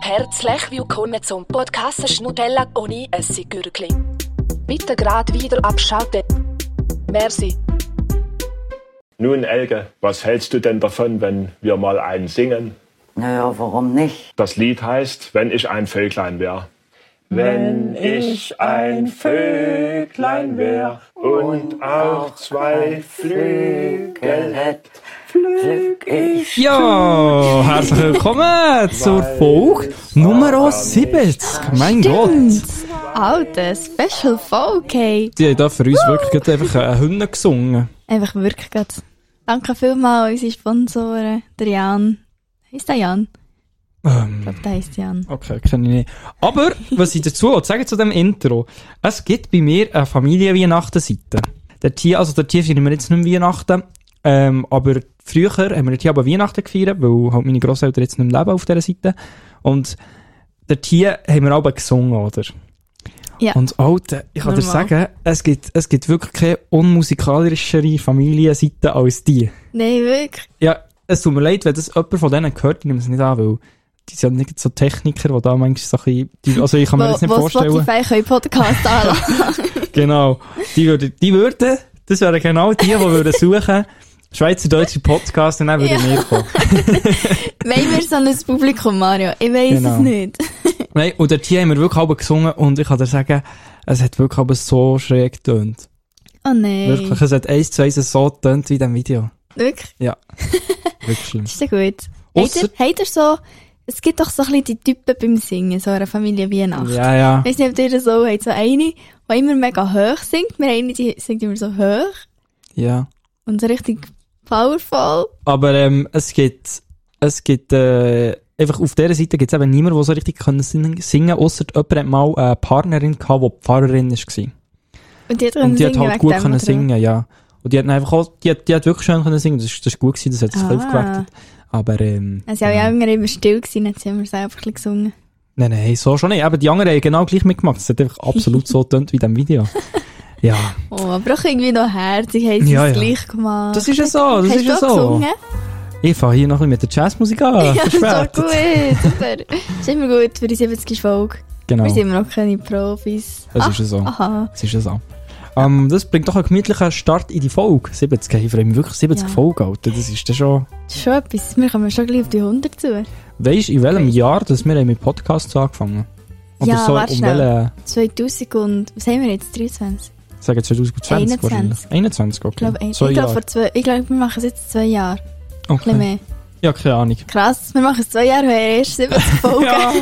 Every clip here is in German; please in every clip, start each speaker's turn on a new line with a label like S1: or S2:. S1: Herzlich willkommen zum Podcast Schnutella ohne Essiggürkli. Bitte gerade wieder abschalten. Merci.
S2: Nun, Elke, was hältst du denn davon, wenn wir mal einen singen?
S3: Naja, warum nicht?
S2: Das Lied heißt, wenn ich ein Vöglein wär.
S4: Wenn ich ein Vöglein wär und auch zwei Flügel hätt, flüg ich.
S5: Ja, herzlich willkommen zur Folge Nummer 70. Mein Gott.
S6: Alter, Special Folge.
S5: Die haben da für uns wirklich gerade einfach äh, Hymne gesungen.
S6: Einfach wirklich gut. Danke vielmals an unsere Sponsoren. Der Jan. Heißt der Jan? Ich
S5: Ähm,
S6: glaube, der heißt Jan.
S5: okay, kenne ich nicht. Aber, was ich dazu will, sagen zu dem Intro. Es gibt bei mir eine Familien-Weihnachten-Seite. Der Tier, also der Tier feiern wir jetzt nicht mehr Weihnachten. Ähm, aber früher haben wir hier aber Weihnachten gefeiert, weil halt meine Großeltern jetzt nicht mehr leben auf dieser Seite. Und der Tier haben wir aber gesungen, oder?
S6: Ja.
S5: Und Alter, ich kann dir
S6: Normal.
S5: sagen, es gibt, es gibt wirklich keine unmusikalischere Familienseite als die.
S6: Nein, wirklich.
S5: Ja, es tut mir leid, wenn das jemand von denen gehört, ich nehme es nicht an, weil die sind nicht so Techniker, die da manchmal so ein bisschen, die, also ich kann mir
S6: wo
S5: das nicht
S6: wo
S5: vorstellen.
S6: Spotify können Podcast anlassen.
S5: Genau. Die würden, die würden, das wären genau die, die würden suchen, Schweizerdeutsche Podcast und dann würden
S6: Ja.
S5: wir kommen.
S6: Wollen wir so ein Publikum, Mario? Ich weiß
S5: Genau.
S6: es nicht.
S5: Nein, und dort hier haben wir wirklich halb gesungen und ich kann dir sagen, es hat wirklich halb so schräg getönt.
S6: Oh nein.
S5: Wirklich, es hat eins zu eins so getönt wie in diesem Video.
S6: Wirklich?
S5: Wirklich schlimm.
S6: Ist ja gut. Habt
S5: Ausser-
S6: ihr, habt ihr so... Es gibt doch so ein bisschen die Typen beim Singen, so einer Familie Weihnachten.
S5: Ja, ja.
S6: Ich weiß nicht, ob ihr das auch habt. So eine, die immer mega hoch singt. Wir haben eine, die singt immer so hoch.
S5: Ja.
S6: Und so richtig powerful.
S5: Aber ähm, es gibt, es gibt äh, einfach auf dieser Seite gibt es eben niemanden, der so richtig kann singen kann, außer jemand hat mal eine Partnerin gehabt, die Pfarrerin war.
S6: Und die hat,
S5: Und die hat
S6: singen
S5: halt
S6: wegen
S5: gut
S6: dem,
S5: können
S6: oder?
S5: singen, ja. Und die hat einfach auch, die hat, die hat wirklich schön können singen, das, ist- das ist gut gewesen, das hat es ein bisschen
S6: Ah.
S5: aufgewertet. Aber, ähm,
S6: Also, ja, ja. immer immer still gewesen, hat sie immer selber ein bisschen gesungen.
S5: nein, nein, so schon nicht. Aber die anderen haben genau gleich mitgemacht. Es hat einfach absolut so getönt wie in diesem Video. Ja.
S6: Oh, aber auch irgendwie noch herzig, haben sie
S5: Ja,
S6: es
S5: ja.
S6: gleich gemacht.
S5: Das ist ja so, das
S6: Hast
S5: ist ja
S6: du
S5: so.
S6: auch
S5: Ah,
S6: gesungen?
S5: Ich fange hier noch ein bisschen mit der Jazzmusik an.
S6: ja, das war
S5: verspätet.
S6: gut, super. Das ist immer gut für die 70. Folge.
S5: Genau.
S6: Wir sind immer noch keine Profis.
S5: Das
S6: Ah,
S5: ist ja so.
S6: Aha.
S5: Das ist ja so. Ähm, das bringt doch einen gemütlichen Start in die Folge. 70 Käfer, haben wirklich 70
S6: Ja.
S5: Folgen, Alter. Das ist dann schon...
S6: Das ist schon etwas. Wir kommen schon gleich auf die 100 zu.
S5: Weisst du, in welchem Jahr dass wir mit Podcasts angefangen haben?
S6: Ja, warte
S5: um
S6: schnell.
S5: welchen...
S6: 2000 und, was haben wir jetzt? 23?
S5: Sagen 2020 wahrscheinlich.
S6: 21.
S5: 21,
S6: Ich
S5: okay.
S6: glaube, ein- ich
S5: Zwei
S6: glaube,
S5: Jahre.
S6: vor zwei, ich glaube, wir machen es jetzt zwei Jahre. Ein bisschen
S5: Okay.
S6: mehr.
S5: Ja, keine Ahnung.
S6: Krass, wir machen es zwei Jahre, wir haben erst 70 Folgen.
S5: Ja,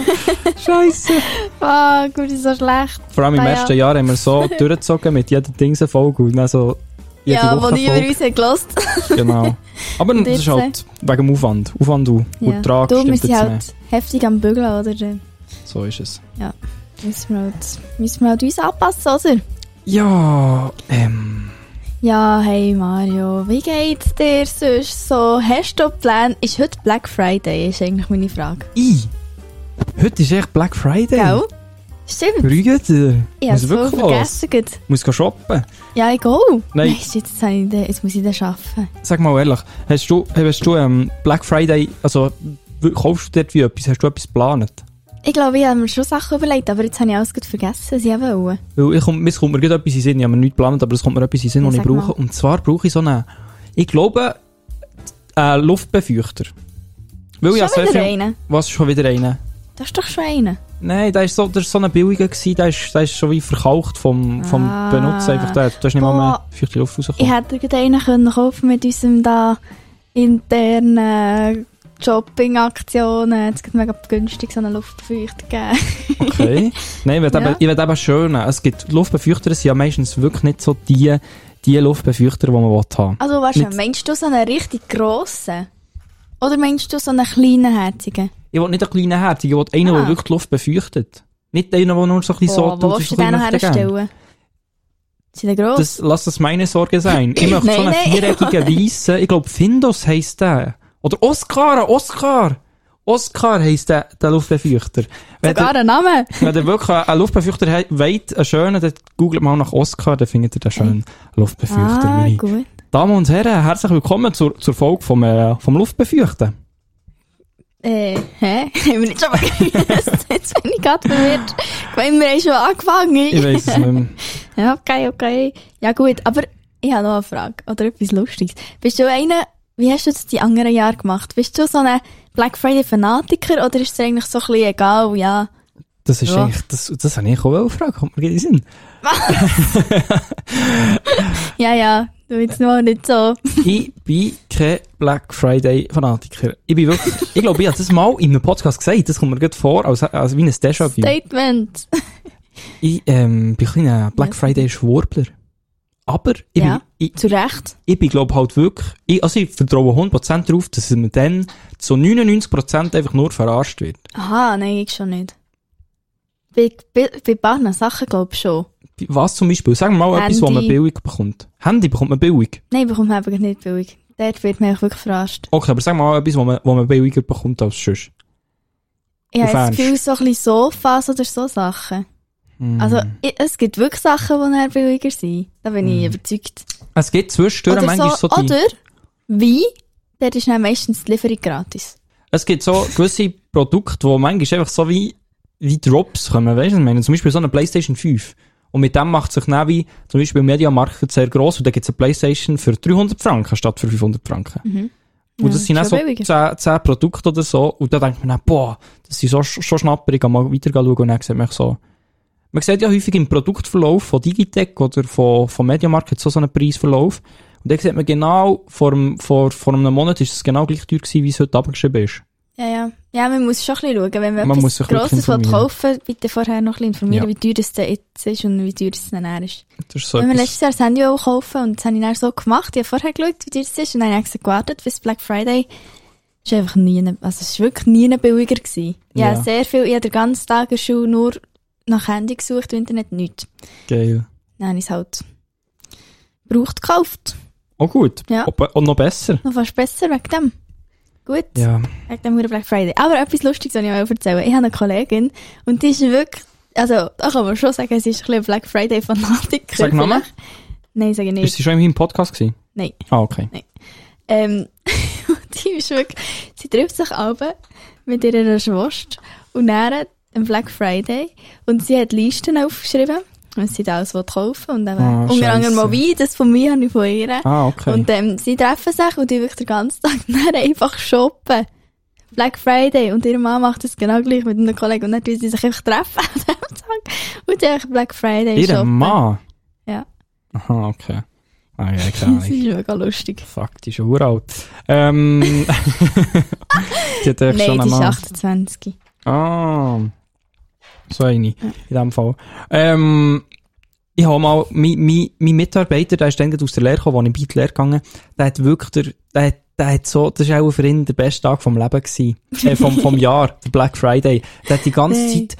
S5: scheisse.
S6: Fuck, wir sind so schlecht.
S5: Vor allem im
S6: Ah, ja.
S5: ersten Jahr haben wir so durchgezogen mit jeder Dings eine Folge und dann so jede
S6: ja,
S5: Woche
S6: wo
S5: eine
S6: niemand
S5: Folge.
S6: uns hat gehört.
S5: Genau. Aber das ist
S6: jetzt, äh,
S5: halt wegen dem Aufwand. Aufwand und ja. Ertrag
S6: du, wir
S5: stimmt
S6: sind
S5: jetzt
S6: halt heftig am Bügeln, oder? Dann
S5: nicht. So ist es.
S6: Müssen wir halt, müssen wir halt uns anpassen, oder?
S5: Ja, ähm...
S6: Ja, hey Mario, wie geht's dir sonst dus? so? Hast du Pläne? Ist heute Black Friday, ist eigentlich meine Frage.
S5: I. Heute ist echt Black Friday.
S6: Gell? Stimmt,
S5: Brüder.
S6: ich
S5: muss
S6: hab's voll
S5: wirklich los.
S6: vergessen. gerade.
S5: Muss gehen shoppen.
S6: Ja, ich gehe.
S5: Nein.
S6: Weisst du, Jetzt, hab ich den, jetzt muss ich den arbeiten.
S5: Sag mal ehrlich, hast du, hast du ähm, Black Friday, also w- kaufst du dort wie etwas? Hast du etwas geplant?
S6: Ich glaube, ich habe mir schon Sachen überlegt, aber jetzt habe ich alles gerade vergessen, was ich eben wollte.
S5: Weil ich, komm- es kommt mir gerade etwas in den Sinn. Ich habe mir nichts geplant, aber es kommt mir etwas in den Sinn,
S6: Ja,
S5: was ich
S6: sag mal.
S5: brauche. Und zwar brauche ich so einen, ich glaube, äh, Luftbefeuchter. Weil ich
S6: Schon
S5: habe sehr
S6: wieder
S5: viel-
S6: einen?
S5: Was, schon wieder einer?
S6: Das ist doch schon einer.
S5: Nein, der ist so, der ist so ein billiger gewesen, der ist, der ist schon wie verkauft vom, vom
S6: Ah.
S5: Benutzen einfach. Der, der ist nicht mal mehr
S6: Boah.
S5: feuchte Luft rausgekommen.
S6: Ich hätte gerade einen können kaufen mit unserem da internen äh, Shopping-Aktionen. Jetzt geht mega günstig so eine Luftbefeuchtung geben.
S5: Okay. Nein, ich will
S6: Ja.
S5: eben, ich will eben schön. Es gibt Luftbefeuchter, sind ja meistens wirklich nicht so die, die Luftbefeuchter, die man will haben
S6: Also, weißt du,
S5: Mit-
S6: meinst du so einen richtig grossen? Oder meinst du so einen kleinen, herzigen?
S5: Ich will nicht einen kleinen Herd, ich will einen, der
S6: Ah.
S5: wirklich die Luft befeuchtet. Nicht einen, der nur so ein bisschen so
S6: wo
S5: das
S6: willst du
S5: ist ein
S6: den noch
S5: bisschen möchte gern.
S6: herstellen? Sind die gross?
S5: Das, lass das meine Sorge sein. Ich möchte so
S6: Nein,
S5: einen
S6: nein.
S5: viereckigen weißen, ich glaube Findus heisst der. Oder Oscar, Oscar! Oscar heisst der, der Luftbefeuchter. Wenn
S6: Sogar
S5: ihr,
S6: einen Namen?
S5: wenn ihr wirklich einen Luftbefeuchter habt, wollt, einen schönen, dann googelt mal nach Oscar, dann findet ihr den schönen Luftbefeuchter.
S6: Ah,
S5: meine
S6: gut.
S5: Damen und Herren, herzlich willkommen zur, zur Folge vom, äh, vom Luftbefeuchten.
S6: Äh, hä? Haben wir nicht schon mal gelöst? Jetzt bin ich gerade verwirrt. Ich meine, wir haben schon
S5: Ich
S6: angefangen.
S5: weiß es nicht mehr.
S6: Ja, okay, okay. Ja gut, aber ich habe noch eine Frage. Oder etwas Lustiges. Bist du einer, wie hast du das die anderen Jahre gemacht? Bist du so ein Black Friday-Fanatiker oder ist es dir eigentlich so ein bisschen egal, ja?
S5: Das ist
S6: Ja.
S5: eigentlich, das, das habe ich auch eine Frage, kommt mir in den Sinn.
S6: Ja, ja, du willst nur nicht so.
S5: Ich bin kein Black Friday-Fanatiker. Ich bin wirklich, ich glaube, ich habe das mal in einem Podcast gesagt, das kommt mir gerade vor, als, als wie ein Déjà-vu.
S6: Statement.
S5: Ich ähm, bin ein kleiner Black Friday-Schwurbler. Aber ich,
S6: Ja.
S5: bin, ich,
S6: Zu Recht.
S5: ich bin, glaube halt wirklich, ich, also ich vertraue 100% darauf, dass man dann zu 99% einfach nur verarscht wird.
S6: Aha, nein, ich schon nicht. Bei, bei, bei paar Sachen glaube ich schon.
S5: Was zum Beispiel? Sagen wir mal etwas, was man
S6: Handy.
S5: billig bekommt. Handy bekommt man billig.
S6: Nein, bekommt man einfach nicht billig. Dort wird man einfach wirklich verarscht.
S5: Okay, aber sagen wir mal etwas, was man, was man billiger bekommt als sonst.
S6: Ich habe
S5: Du
S6: das
S5: fährst.
S6: Gefühl, so ein bisschen Sofas oder so Sachen.
S5: Hm.
S6: Also ich, es gibt wirklich Sachen, die dann billiger sind. Da bin ich überzeugt.
S5: Es gibt zwischendurch
S6: Oder,
S5: Hm. manchmal
S6: so,
S5: so die,
S6: oder Wein, dort ist dann meistens die Lieferung gratis.
S5: es gibt so gewisse Produkte, die manchmal einfach so wie, wie Drops kommen, weißt du? Ich meine, zum Beispiel so eine Playstation 5. Und mit dem macht sich dann wie, zum Beispiel im Mediamarkt sehr gross und dann gibt es eine Playstation für 300 Franken statt für 500 Franken. Und das sind
S6: schon
S5: dann so
S6: billiger.
S5: 10, 10 Produkte oder so und da denkt ah, man dann, boah, das sind so, schon schnapper, ich kann mal weiter schauen und dann sieht man so, man sieht ja häufig im Produktverlauf von Digitec oder von, von Mediamarkt hat so, so einen Preisverlauf. Und dann sieht man genau, vor, dem- vor, vor einem Monat ist es dus genau gleich teuer gewesen, wie es heute abgeschrieben ist.
S6: Ja, ja. Ja, man muss schon ein bisschen schauen. Wenn man,
S5: Man muss
S6: etwas
S5: sich wirklich
S6: Grosses will
S5: informieren.
S6: kaufen bitte vorher noch ein bisschen informieren,
S5: Ja.
S6: wie teuer es denn jetzt ist und wie teuer es dann nachher ist.
S5: Das ist so
S6: Wenn wir
S5: etwas.
S6: letztes Jahr das Handy auch kaufen und das habe ich dann so gemacht. Ich habe vorher geschaut, wie teuer es ist und dann habe ich extra gewartet bis Black Friday. Es war einfach nie, also es war wirklich nie billiger gewesen. Ja,
S5: Ja.
S6: sehr viel. Ich habe den ganzen Tag in der Schule nur nach Handy gesucht, im Internet nichts.
S5: Geil.
S6: Dann habe ich es halt gebraucht gekauft.
S5: Oh gut.
S6: Ja.
S5: Ob, und noch besser.
S6: Noch fast besser wegen dem. Gut.
S5: Ja.
S6: Wegen dem Huren Black Friday. Aber etwas Lustiges, was ich euch erzählen will. Ich habe eine Kollegin und die ist wirklich, also da kann man schon sagen, sie ist ein bisschen Black Friday Fanatiker.
S5: Sag Namen.
S6: vielleicht. Nein, sage ich
S5: Ist
S6: nicht.
S5: sie schon im Podcast gewesen?
S6: Nein.
S5: Ah, okay.
S6: Ähm, und die ist wirklich, sie trifft sich abends mit ihrer Schwester und dann am Black Friday und sie hat Listen aufgeschrieben, was sie da alles will kaufen und dann
S5: Ah,
S6: unter anderem
S5: scheisse.
S6: mal Wein, das von mir habe ich von ihr.
S5: Ah, okay.
S6: Und ähm, sie treffen sich und die wirklich den ganzen Tag dann einfach shoppen. Black Friday und ihre Mann macht das genau gleich mit einem Kollegen und dann tun sie sich einfach treffen an diesem Tag und die einfach Black Friday
S5: Ihr
S6: shoppen.
S5: Mann?
S6: Ja.
S5: Aha, okay. Ah, ja, keine
S6: Das
S5: Ahnung.
S6: ist mega lustig.
S5: Fuck, die ist ja uralt. Ähm, die hat einfach schon
S6: Nein, die ist
S5: einmal-
S6: 28.
S5: Ah, so eine, in dem Fall. Ähm, ich habe mal, mein, mein, mein Mitarbeiter, der ist dann gerade aus der Lehre gekommen, als ich bei der Lehre gegangen der hat wirklich, der, der, hat- der hat so, das war auch für ihn der beste Tag vom Leben gewesen. Äh, vom, vom Jahr, der Black Friday. Der hat die ganze
S6: Nein.
S5: Zeit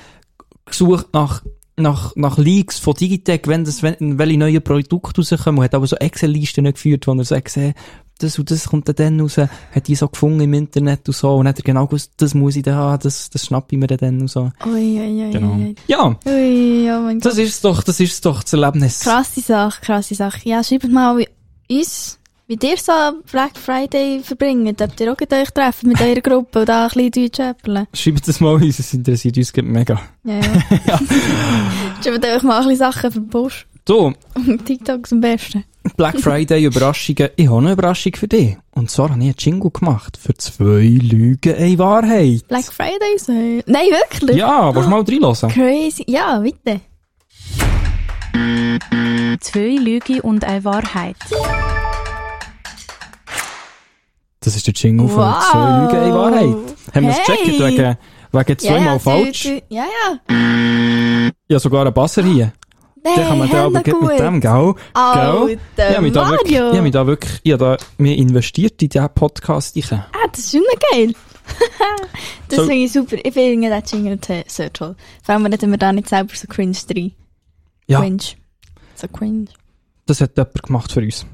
S5: gesucht nach, nach, nach Leaks von Digitec, wenn das, wenn, welche neuen Produkte rauskommen, und hat aber so Excel-Listen geführt, wo er so gesehen das und das kommt dann dann raus, hat die so gefunden im Internet und so, und hat er genau gewusst, das muss ich dann haben, das, das schnappe ich mir dann dann und so.
S6: Ui, ui, ui,
S5: Genau.
S6: ui.
S5: Ja,
S6: Ui, oh mein Gott.
S5: das ist doch, das ist doch das Erlebnis.
S6: Krasse Sache, krasse Sache. Ja, schreibt mal wie uns, wie ihr so Black Friday verbringt. Ob ihr auch gerade euch treffen mit eurer Gruppe und da ein bisschen Deutsch äppeln.
S5: Schreibt das mal uns, es interessiert uns gerade mega.
S6: Ja, ja. Schreibt euch mal ein bisschen Sachen für den Busch.
S5: So,
S6: Und TikTok am besten.
S5: Black Friday Überraschungen. Ich habe eine Überraschung für dich. Und zwar habe ich einen Jingle gemacht. Für zwei Lügen, eine Wahrheit.
S6: Black Friday Sale. Nein, wirklich?
S5: Ja, willst du mal reinlassen?
S6: Crazy. Ja, bitte.
S7: Zwei Lüge und eine Wahrheit.
S5: Das ist der Jingle für
S6: Wow.
S5: zwei Lügen, eine Wahrheit. Haben wir es
S6: Hey.
S5: gecheckt wegen, wegen zweimal
S6: ja, ja,
S5: falsch?
S6: du- du- Ja, ja.
S5: Ja, sogar einen Basser hier.
S6: Nein,
S5: Den kann man da aber
S6: Hände
S5: gleich mit dem, gell?
S6: Alter,
S5: Gell? Ich habe mich da wirklich, ich
S6: Mario.
S5: habe mich da wirklich, ich habe da, mir investiert in diesen Podcast. Ich.
S6: Ah, das ist schon noch geil. das
S5: So-
S6: finde ich super. Ich finde den Jingle t- sehr toll. Vor allem, wenn wir da nicht selber so cringe drin.
S5: Ja,
S6: Cringe. So cringe.
S5: das hat jemand gemacht für uns.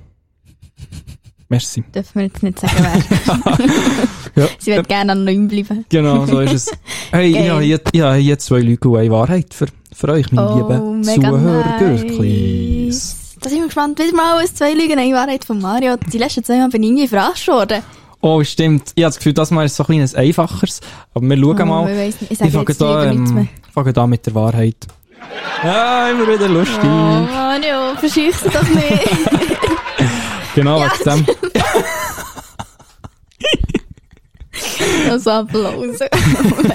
S5: Merci.
S6: Dürfen wir jetzt nicht sagen, wer.
S5: Ja.
S6: Sie wird gerne anonym bleiben.
S5: Genau, so ist es. Hey,
S6: Geil.
S5: ich habe jetzt, ich habe jetzt zwei Lüge und eine Wahrheit für, für euch, meine
S6: Oh,
S5: lieben Zuhörgürtlis.
S6: nice. Da sind wir gespannt. Wieder mal aus zwei Lügen eine Wahrheit von Mario. Die letzten zwei Mal bin ich irgendwie verarscht worden.
S5: Oh, stimmt. Ich habe das Gefühl, das Mal ist so ein kleines einfacheres. Aber wir schauen
S6: Oh,
S5: mal.
S6: ich weiss nicht. Ich
S5: Ich
S6: sage
S5: fange
S6: jetzt
S5: da,
S6: lieber nichts mehr.
S5: ähm, fange da mit der Wahrheit. Ja, immer wieder lustig.
S6: Oh, Mario, verscheuch's doch nicht.
S5: Genau, wegen dem.
S6: Also Applaus.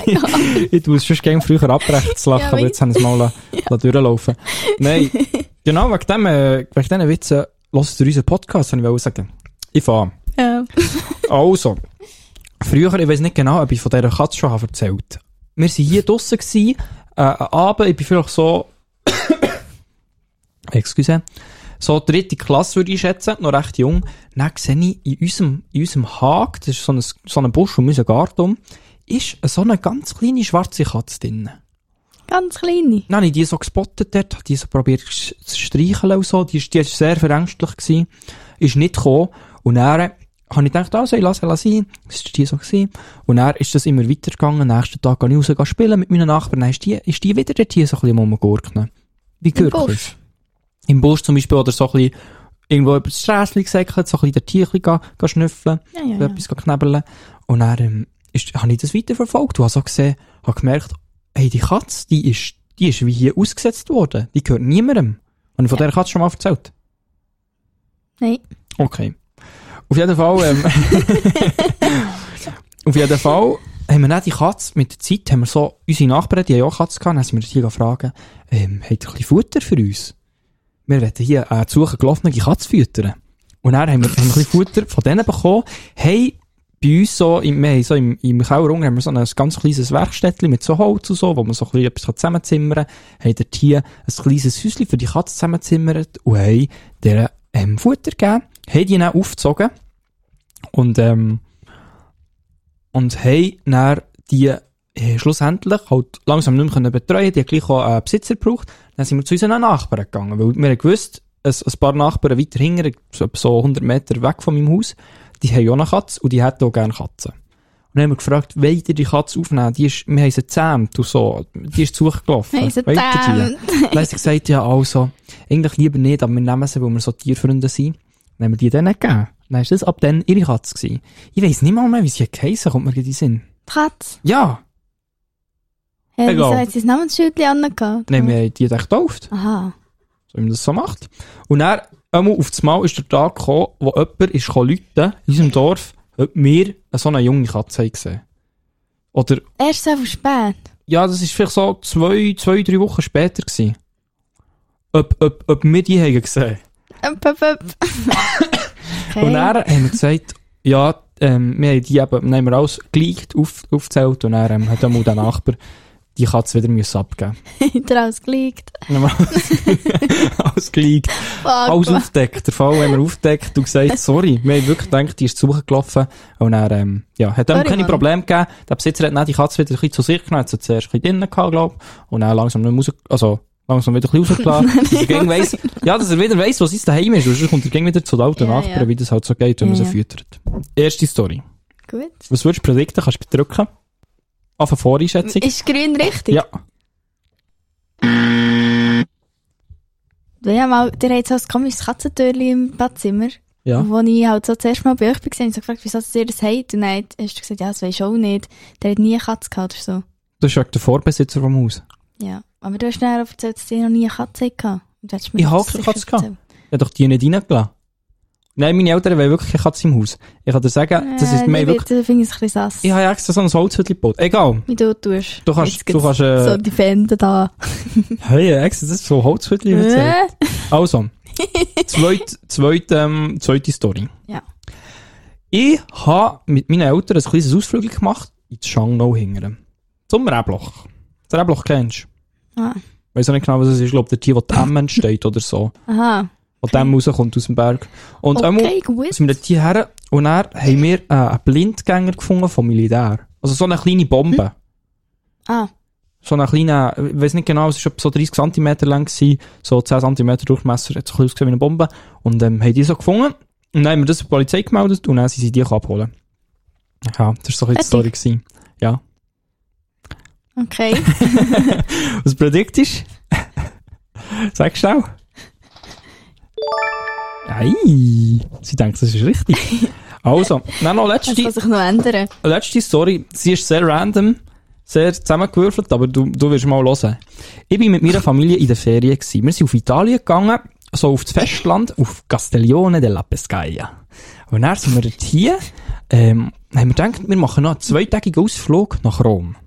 S5: Ich tue es sonst gerne früher abbrechen zu lachen,
S6: Ja,
S5: aber
S6: wie?
S5: jetzt haben wir es mal la- la durchlaufen Nein, genau, wegen dem, äh, wegen diesen Witzen, lasst ihr unseren Podcast, habe ich sagen. Ich fange an.
S6: Ja.
S5: Also, früher, ich weiß nicht genau, ob ich von dieser Katze schon habe erzählt Wir waren hier draussen, gewesen, äh, am Abend, ich bin vielleicht so, excuse, so dritte Klasse würde ich schätzen, noch recht jung. Dann sehe ich in unserem, in unserem Haag, das ist so ein, so ein Busch um unseren Garten, um, ist so eine ganz kleine schwarze Katze drin.
S6: Ganz kleine.
S5: Dann habe ich die so gespottet dort, habe die so probiert sch- zu streicheln und so. Die war die ist sehr verängstigt, gewesen, ist nicht gekommen. Und dann habe ich gedacht, also, ich lasse sie sein. Das war die so. Gewesen. Und dann ist das immer weitergegangen. Am nächsten Tag gehe ich raus gehen spielen mit meinen Nachbarn. Dann ist die, ist die wieder dort hier so ein bisschen rumgegurkt. Wie gurkelt?
S6: Busch?
S5: Im Busch zum Beispiel oder so ein bisschen irgendwo über das Strassli gesäckelt, so ein bisschen dort hier ein bisschen gehen- gehen schnüffeln
S6: Ja, ja,
S5: ja.
S6: ja.
S5: etwas knebeln. Und dann ähm, ist, habe ich das weiterverfolgt und habe so gesehen, habe gemerkt, hey, die Katze, die ist, die ist wie hier ausgesetzt worden. Die gehört niemandem. Habe ich von dieser Katze schon mal erzählt?
S6: Nein.
S5: Okay. Auf jeden Fall, ähm, auf jeden Fall haben wir dann die Katze, mit der Zeit haben wir so, unsere Nachbarn, die haben auch Katze gehabt, dann sind wir die gefragt, ähm, habt ihr ein bisschen Futter für uns? Wir werden hier äh, zu suchen gelaufene Katze füttern. Und dann haben wir, haben wir ein bisschen Futter von denen bekommen, hey, bei uns so, im, wir haben so im, im Keller unten haben wir so ein ganz kleines Werkstättchen mit so Holz und so, wo man so ein bisschen etwas zusammenzimmern kann, haben dort hier ein kleines Häuschen für die Katze zusammenzimmert und haben deren ähm, Futter gegeben, haben die dann aufgezogen und, ähm, und haben dann die äh, schlussendlich halt langsam nicht mehr können betreuen die haben gleich auch einen Besitzer gebraucht, dann sind wir zu unseren Nachbarn gegangen, weil wir haben gewusst, ein, ein paar Nachbarn weiter hinten, so- so 100 Meter weg von meinem Haus, die haben ja eine Katze und die hätten auch gerne Katzen. Und dann haben wir gefragt, wollt ihr die Katze aufnehmen? Die ist, wir haben sie zähmt und so. Die ist zugelaufen.
S6: Nein, so
S5: Wollt ihr die?
S6: damn.
S5: Dann haben sie gesagt, ja, also, eigentlich lieber nicht, aber wir nehmen sie, weil wir so Tierfreunde sind. Dann haben wir die dann gegeben. Dann ist das ab dann ihre Katze gewesen. Ich weiss nicht mal mehr, wie sie geheissen kommt mir gerade in den Sinn.
S6: Katz.
S5: Ja!
S6: Hey,
S5: Egal.
S6: wieso hat sie das Namensschildchen angehabt?
S5: Dann haben wir die dann getauft,
S6: Aha.
S5: so wie man das so macht. Und dann, einmal auf das Mal ist der Tag gekommen, wo jemand ist gekommen läuten, in unserem Dorf, ob wir so eine junge Katze haben gesehen. Oder,
S6: Erst so viel spät.
S5: ja, das ist vielleicht so zwei, zwei, drei Wochen später gewesen. Ob, ob, ob wir die haben gesehen.
S6: Öpp, öpp, öpp. Okay.
S5: Und dann haben wir gesagt, ja, ähm, wir haben die eben, nehmen wir alles geleakt, auf, aufgezählt und dann ähm, hat einmal der Nachbar die Katze wieder müssen abgeben
S6: Hinter alles gelegt.
S5: Dann haben wir alles- alles geleakt, alles aufdeckt. Der Fall haben wir aufdeckt und gesagt, sorry, wir haben wirklich gedacht, die ist zu Suche gelaufen und dann, ähm, ja, hat dem
S6: Sorry,
S5: keine
S6: Mann.
S5: Probleme gegeben. Der Besitzer hat dann die Katze wieder ein bisschen zu sich genommen, hat sie zuerst ein bisschen drinnen gehabt, glaube und dann langsam nicht mehr raus, also, langsam wieder ein bisschen rausgelassen, dass er gegen weiss, ja, dass er wieder weiss, was sein daheim ist, und sonst kommt er gegen wieder zu den alten
S6: Ja,
S5: Nachbarn,
S6: ja.
S5: wie das halt so geht, wenn man
S6: Ja,
S5: sie
S6: ja.
S5: füttert. Erste Story.
S6: Gut.
S5: Was würdest du predikten? Kannst du drücken? Auf eine Voreinschätzung?
S6: Ist grün richtig?
S5: Ja.
S6: Wir haben mal, ihr habt so ein komisches Katzentürchen im Badzimmer.
S5: Ja.
S6: Und Als ich halt so zuerst mal bei euch war, habe ich so gefragt, wieso ihr das habt. Und dann hat- hast du gesagt, ja, das weisst du auch nicht. Der hat nie eine Katze gehabt oder so.
S5: Das ist ja der Vorbesitzer vom Haus.
S6: Ja. Aber du hast dann auch erzählt, dass ihr noch nie eine Katze gehabt Und du hättest mir
S5: Ich
S6: das
S5: habe keine
S6: sicher
S5: Katze gehabt.
S6: erzählt.
S5: Ich habe doch die nicht reingelassen. Nein, meine Eltern wollen wirklich keine Katze im Haus. Ich kann dir sagen, das ist
S6: Äh,
S5: mir
S6: ich
S5: wirklich...
S6: bin- da finde ich es ein bisschen sass.
S5: Ich habe extra so ein Holzhütchen gebaut. Egal.
S6: Wie du tust.
S5: Du kannst...
S6: Jetzt
S5: Du
S6: gibt's
S5: kannst
S6: So
S5: äh,
S6: die Fände da.
S5: hey, extra, das ist so ein Holzhütchen. erzählt.
S6: Äh,
S5: Also, zweit, zweit, ähm, zweite Story.
S6: Ja.
S5: Ich habe mit meinen Eltern ein kleines Ausflug gemacht ins Schangnau hingern. Zum Rebloch. Das Rebloch kennst du?
S6: Ah.
S5: Weiß auch nicht genau, was es ist. Ich glaube, der Tier, wo die M entsteht oder so.
S6: aha.
S5: Wo okay. dem rauskommt aus dem Berg. Und einmal
S6: Okay, gut.
S5: sind wir dort her und dann haben wir äh, einen Blindgänger gefunden vom Militär. Also so eine kleine Bombe.
S6: Ah,
S5: So eine kleine, ich weiß nicht genau, es war etwa so 30 cm lang, gewesen, so 10 cm Durchmesser, hat so ein bisschen ausgesehen wie eine Bombe. Und ähm, haben die so gefunden. Und dann haben wir das der Polizei gemeldet und dann sind sie die abholen. Ja, das war so ein bisschen die Story.
S6: Fertig.
S5: Gewesen. Ja.
S6: okay.
S5: Was prediktisch? Sag schnell. Ei, sie denkt, das ist richtig. Also, dann noch
S6: Das
S5: letzte,
S6: kann sich noch ändern.
S5: letzte Story. Sie ist sehr random, sehr zusammengewürfelt, aber du, du wirst mal hören. Ich bin mit meiner Familie in der Ferien. Gewesen. Wir sind auf Italien gegangen, so auf das Festland, auf Castiglione della Pescaia. Und dann sind wir dort hier, ähm, haben wir gedacht, wir machen noch einen zweitägigen Ausflug nach Rom.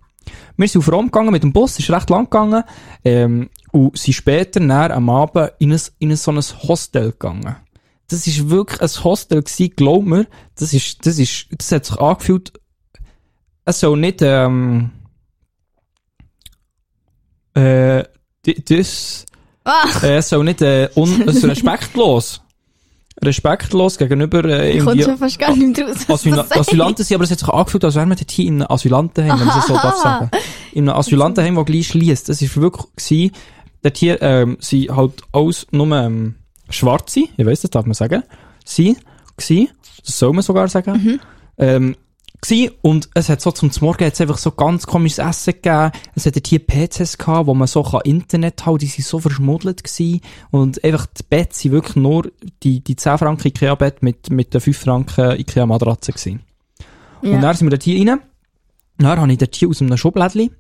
S5: Wir sind auf Rom gegangen mit dem Bus, ist recht lang gegangen, ähm, und sind später nach am Abend in, ein, in ein, so ein Hostel gegangen. Das ist wirklich ein Hostel gewesen, glaub mir. Das ist, das ist, das hat sich angefühlt, es soll nicht, ähm, äh, di- das,
S6: Ah,
S5: äh, es soll nicht, äh, un, es soll respektlos, respektlos gegenüber, äh,
S6: ich komme
S5: irgendwie,
S6: schon fast gar nicht mehr raus. was
S5: Asyl
S6: das sagt.
S5: Asylanten sind, aber es hat sich angefühlt, als wären wir dort hier in einem Asylantenheim, wenn man es so darf sagen. In einem Asylantenheim, das gleich schließt. Es war wirklich, gewesen, dort hier, ähm, sind halt alles nur, ähm, Schwarze, ich weiss, das darf man sagen, sie, gsi, das soll man sogar sagen, ähm, gsi und es hat so zum Morgen hat's einfach so ganz komisches Essen gegeben. Es hat dort hier PCs gehabt, wo man so kann Internet haben, die sind so verschmuddelt gsi und einfach die Betts sind wirklich nur die, die 10 Franken Ikea-Bett mit, mit den 5 Franken Ikea-Matratze gewesen. Und
S6: Ja.
S5: dann sind wir dort hier rein. Dann habe ich dort hier aus einem Schublädli,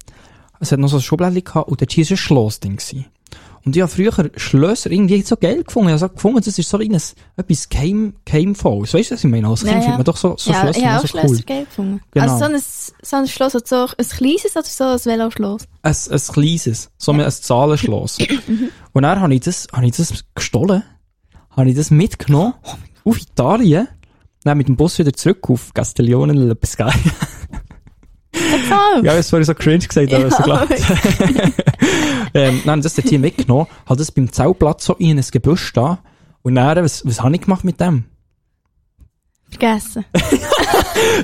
S5: es hat noch so ein Schublädli gehabt, und dort hier war ein Schlossding. Gewesen. Und ich habe früher Schlösser irgendwie so geil gefunden. Ich habe so gefunden, das ist so ein, etwas Game, Gamefalls. Weißt du, was ich meine? Als Kind
S6: Nou Ja, ja.
S5: findet man doch so, so
S6: ja,
S5: Schlösser
S6: ich habe
S5: immer
S6: auch
S5: so
S6: Schlösser
S5: cool.
S6: geil gefunden.
S5: Genau.
S6: Also so ein, so ein Schloss, also so ein kleines oder so ein Veloschloss.
S5: Ein, ein kleines, so ein Zahlenschloss. und dann habe ich das, habe ich das gestohlen, habe ich das mitgenommen auf Italien, dann mit dem Bus wieder zurück auf Castiglione della Pescaia.
S6: Ah,
S5: Ja, das war so cringe gesagt, aber
S6: Oh,
S5: so klar. ähm, dann haben das dort hier mitgenommen, hat das beim Zeltplatz so in ein Gebüsch da. Und dann, was, was habe ich gemacht mit dem?
S6: vergessen.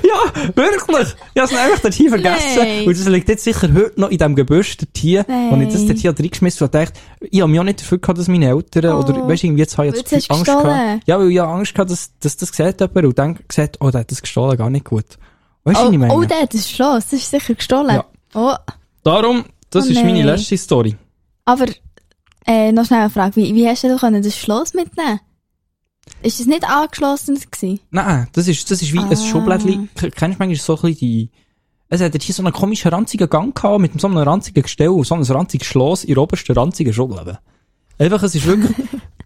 S5: Ja, wirklich! Ich habe es einfach dort hier vergessen.
S6: Nein.
S5: Und das liegt jetzt sicher heute noch in diesem Gebüsch dort hier.
S6: Nein.
S5: Und ich das dort hier reingeschmissen und dachte, ich habe mich auch nicht dafür gehabt, dass meine Eltern,
S6: Oh.
S5: oder weißt du, irgendwie jetzt habe ich
S6: Weil jetzt hast du
S5: Angst
S6: gestohlen.
S5: gehabt. Ja, weil ich habe Angst gehabt, dass, dass das sieht jemand und dann gesagt, oh, der hat das gestohlen, gar nicht gut. Weißt du,
S6: Oh,
S5: was ich meine?
S6: oh, der hat ein Schloss, das ist sicher gestohlen.
S5: Ja.
S6: Oh,
S5: Darum, das
S6: Oh,
S5: ist meine
S6: nein.
S5: letzte Story.
S6: aber äh, noch schnell eine Frage, wie, wie hast du denn können das Schloss mitnehmen? Ist es nicht angeschlossen gewesen?
S5: Nein, das ist, das ist wie
S6: Ah.
S5: ein Schublädli. K- Kennst du manchmal so ein bisschen die, es hat dort hier so einen komischen ranzigen Gang gehabt, mit so einem ranzigen Gestell und so einem ranzigen Schloss in der obersten ranzigen Schublade. Einfach, es ist wirklich,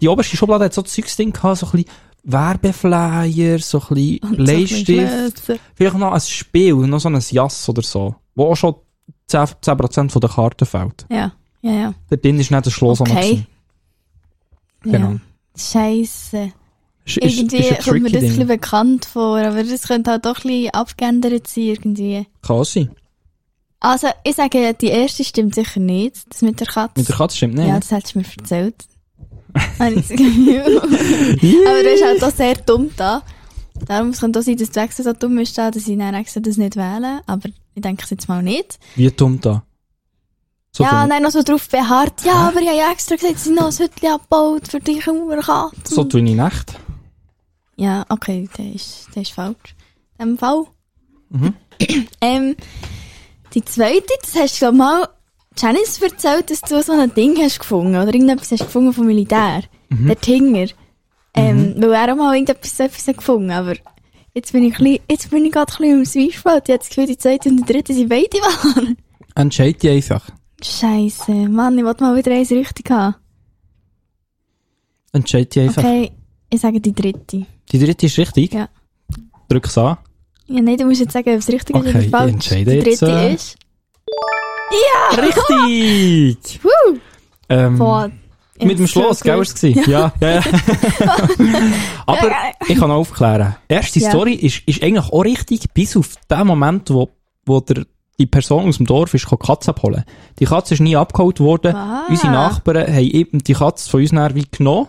S5: die oberste Schublade hat so Zeugs drin gehabt, so ein bisschen Werbeflyer, so ein bisschen
S6: Und so ein bisschen
S5: Bleistift,
S6: Gläser.
S5: vielleicht noch ein Spiel, noch so ein Jass oder so, wo auch schon 10%, 10 von der Karte fehlt.
S6: Ja, ja, ja.
S5: Dort drin ist nicht das Schloss auch noch
S6: Okay.
S5: gewesen. Genau.
S6: Ja. Scheisse.
S5: Ist, ist,
S6: Irgendwie
S5: ist ein
S6: kommt mir
S5: tricky
S6: das ein bisschen
S5: Ding.
S6: bekannt vor, aber das könnte halt doch ein bisschen abgeändert sein irgendwie.
S5: Kann sein.
S6: Also, ich sage, die erste stimmt sicher nicht, das mit der Katze.
S5: Mit der Katze stimmt nicht.
S6: ja,
S5: ne?
S6: das hättest du mir erzählt. Habe ich das Gefühl. Aber du bist halt auch sehr dumm da. Darum es könnte auch sein, dass du extra so dumm bist, da, dass ich dann extra das nicht wähle. Aber ich denke es jetzt mal nicht.
S5: Wie dumm da. So
S6: ja,
S5: dumm.
S6: nein, noch so drauf beharrt. Ja, aber ich habe ja extra gesagt, sie haben noch ein Hütchen abgebaut für dich, Urkatze.
S5: So tue ich nicht.
S6: Ja, okay, der ist, der ist falsch. In dem Fall. ähm, die zweite, das hast du glaub mal Janice dus erzählt, dass du so ein Ding hast gefunden oder irgendetwas hast gefunden vom Militär. Der Tinger. Ähm, Weil er auch mal irgendetwas so etwas hat gefunden aber jetzt bin ich, ein bisschen- jetzt bin ich gerade ein bisschen im Zwiespalt. Ich habe das Gefühl, die zweite und die dritte sind beide wahr.
S5: Entscheid dich einfach.
S6: Scheiße, Mann, ich wollte mal wieder eins richtig haben.
S5: Entscheid dich einfach.
S6: Okay, ich sage die dritte.
S5: Die dritte ist richtig.
S6: Ja. Oh.
S5: Drück es an.
S6: Ja, nein, du musst jetzt sagen, ob es richtig ist
S5: Okay,
S6: oder falsch.
S5: ich entscheide
S6: die
S5: jetzt,
S6: dritte
S5: äh,
S6: ist...
S5: Richtig!
S6: Woo!
S5: Ähm,
S6: Boah,
S5: mit dem Schloss, gell, war es? Ja, ja. ja. Aber ich kann auch aufklären. Erste
S6: Ja.
S5: Story ist, ist eigentlich auch richtig, bis auf den Moment, wo, wo der, die Person aus dem Dorf ist, gekommen, die Katze abholen Die Katze ist nie abgeholt worden.
S6: Ah.
S5: Unsere Nachbarn haben eben die Katze von uns nachher wie genommen.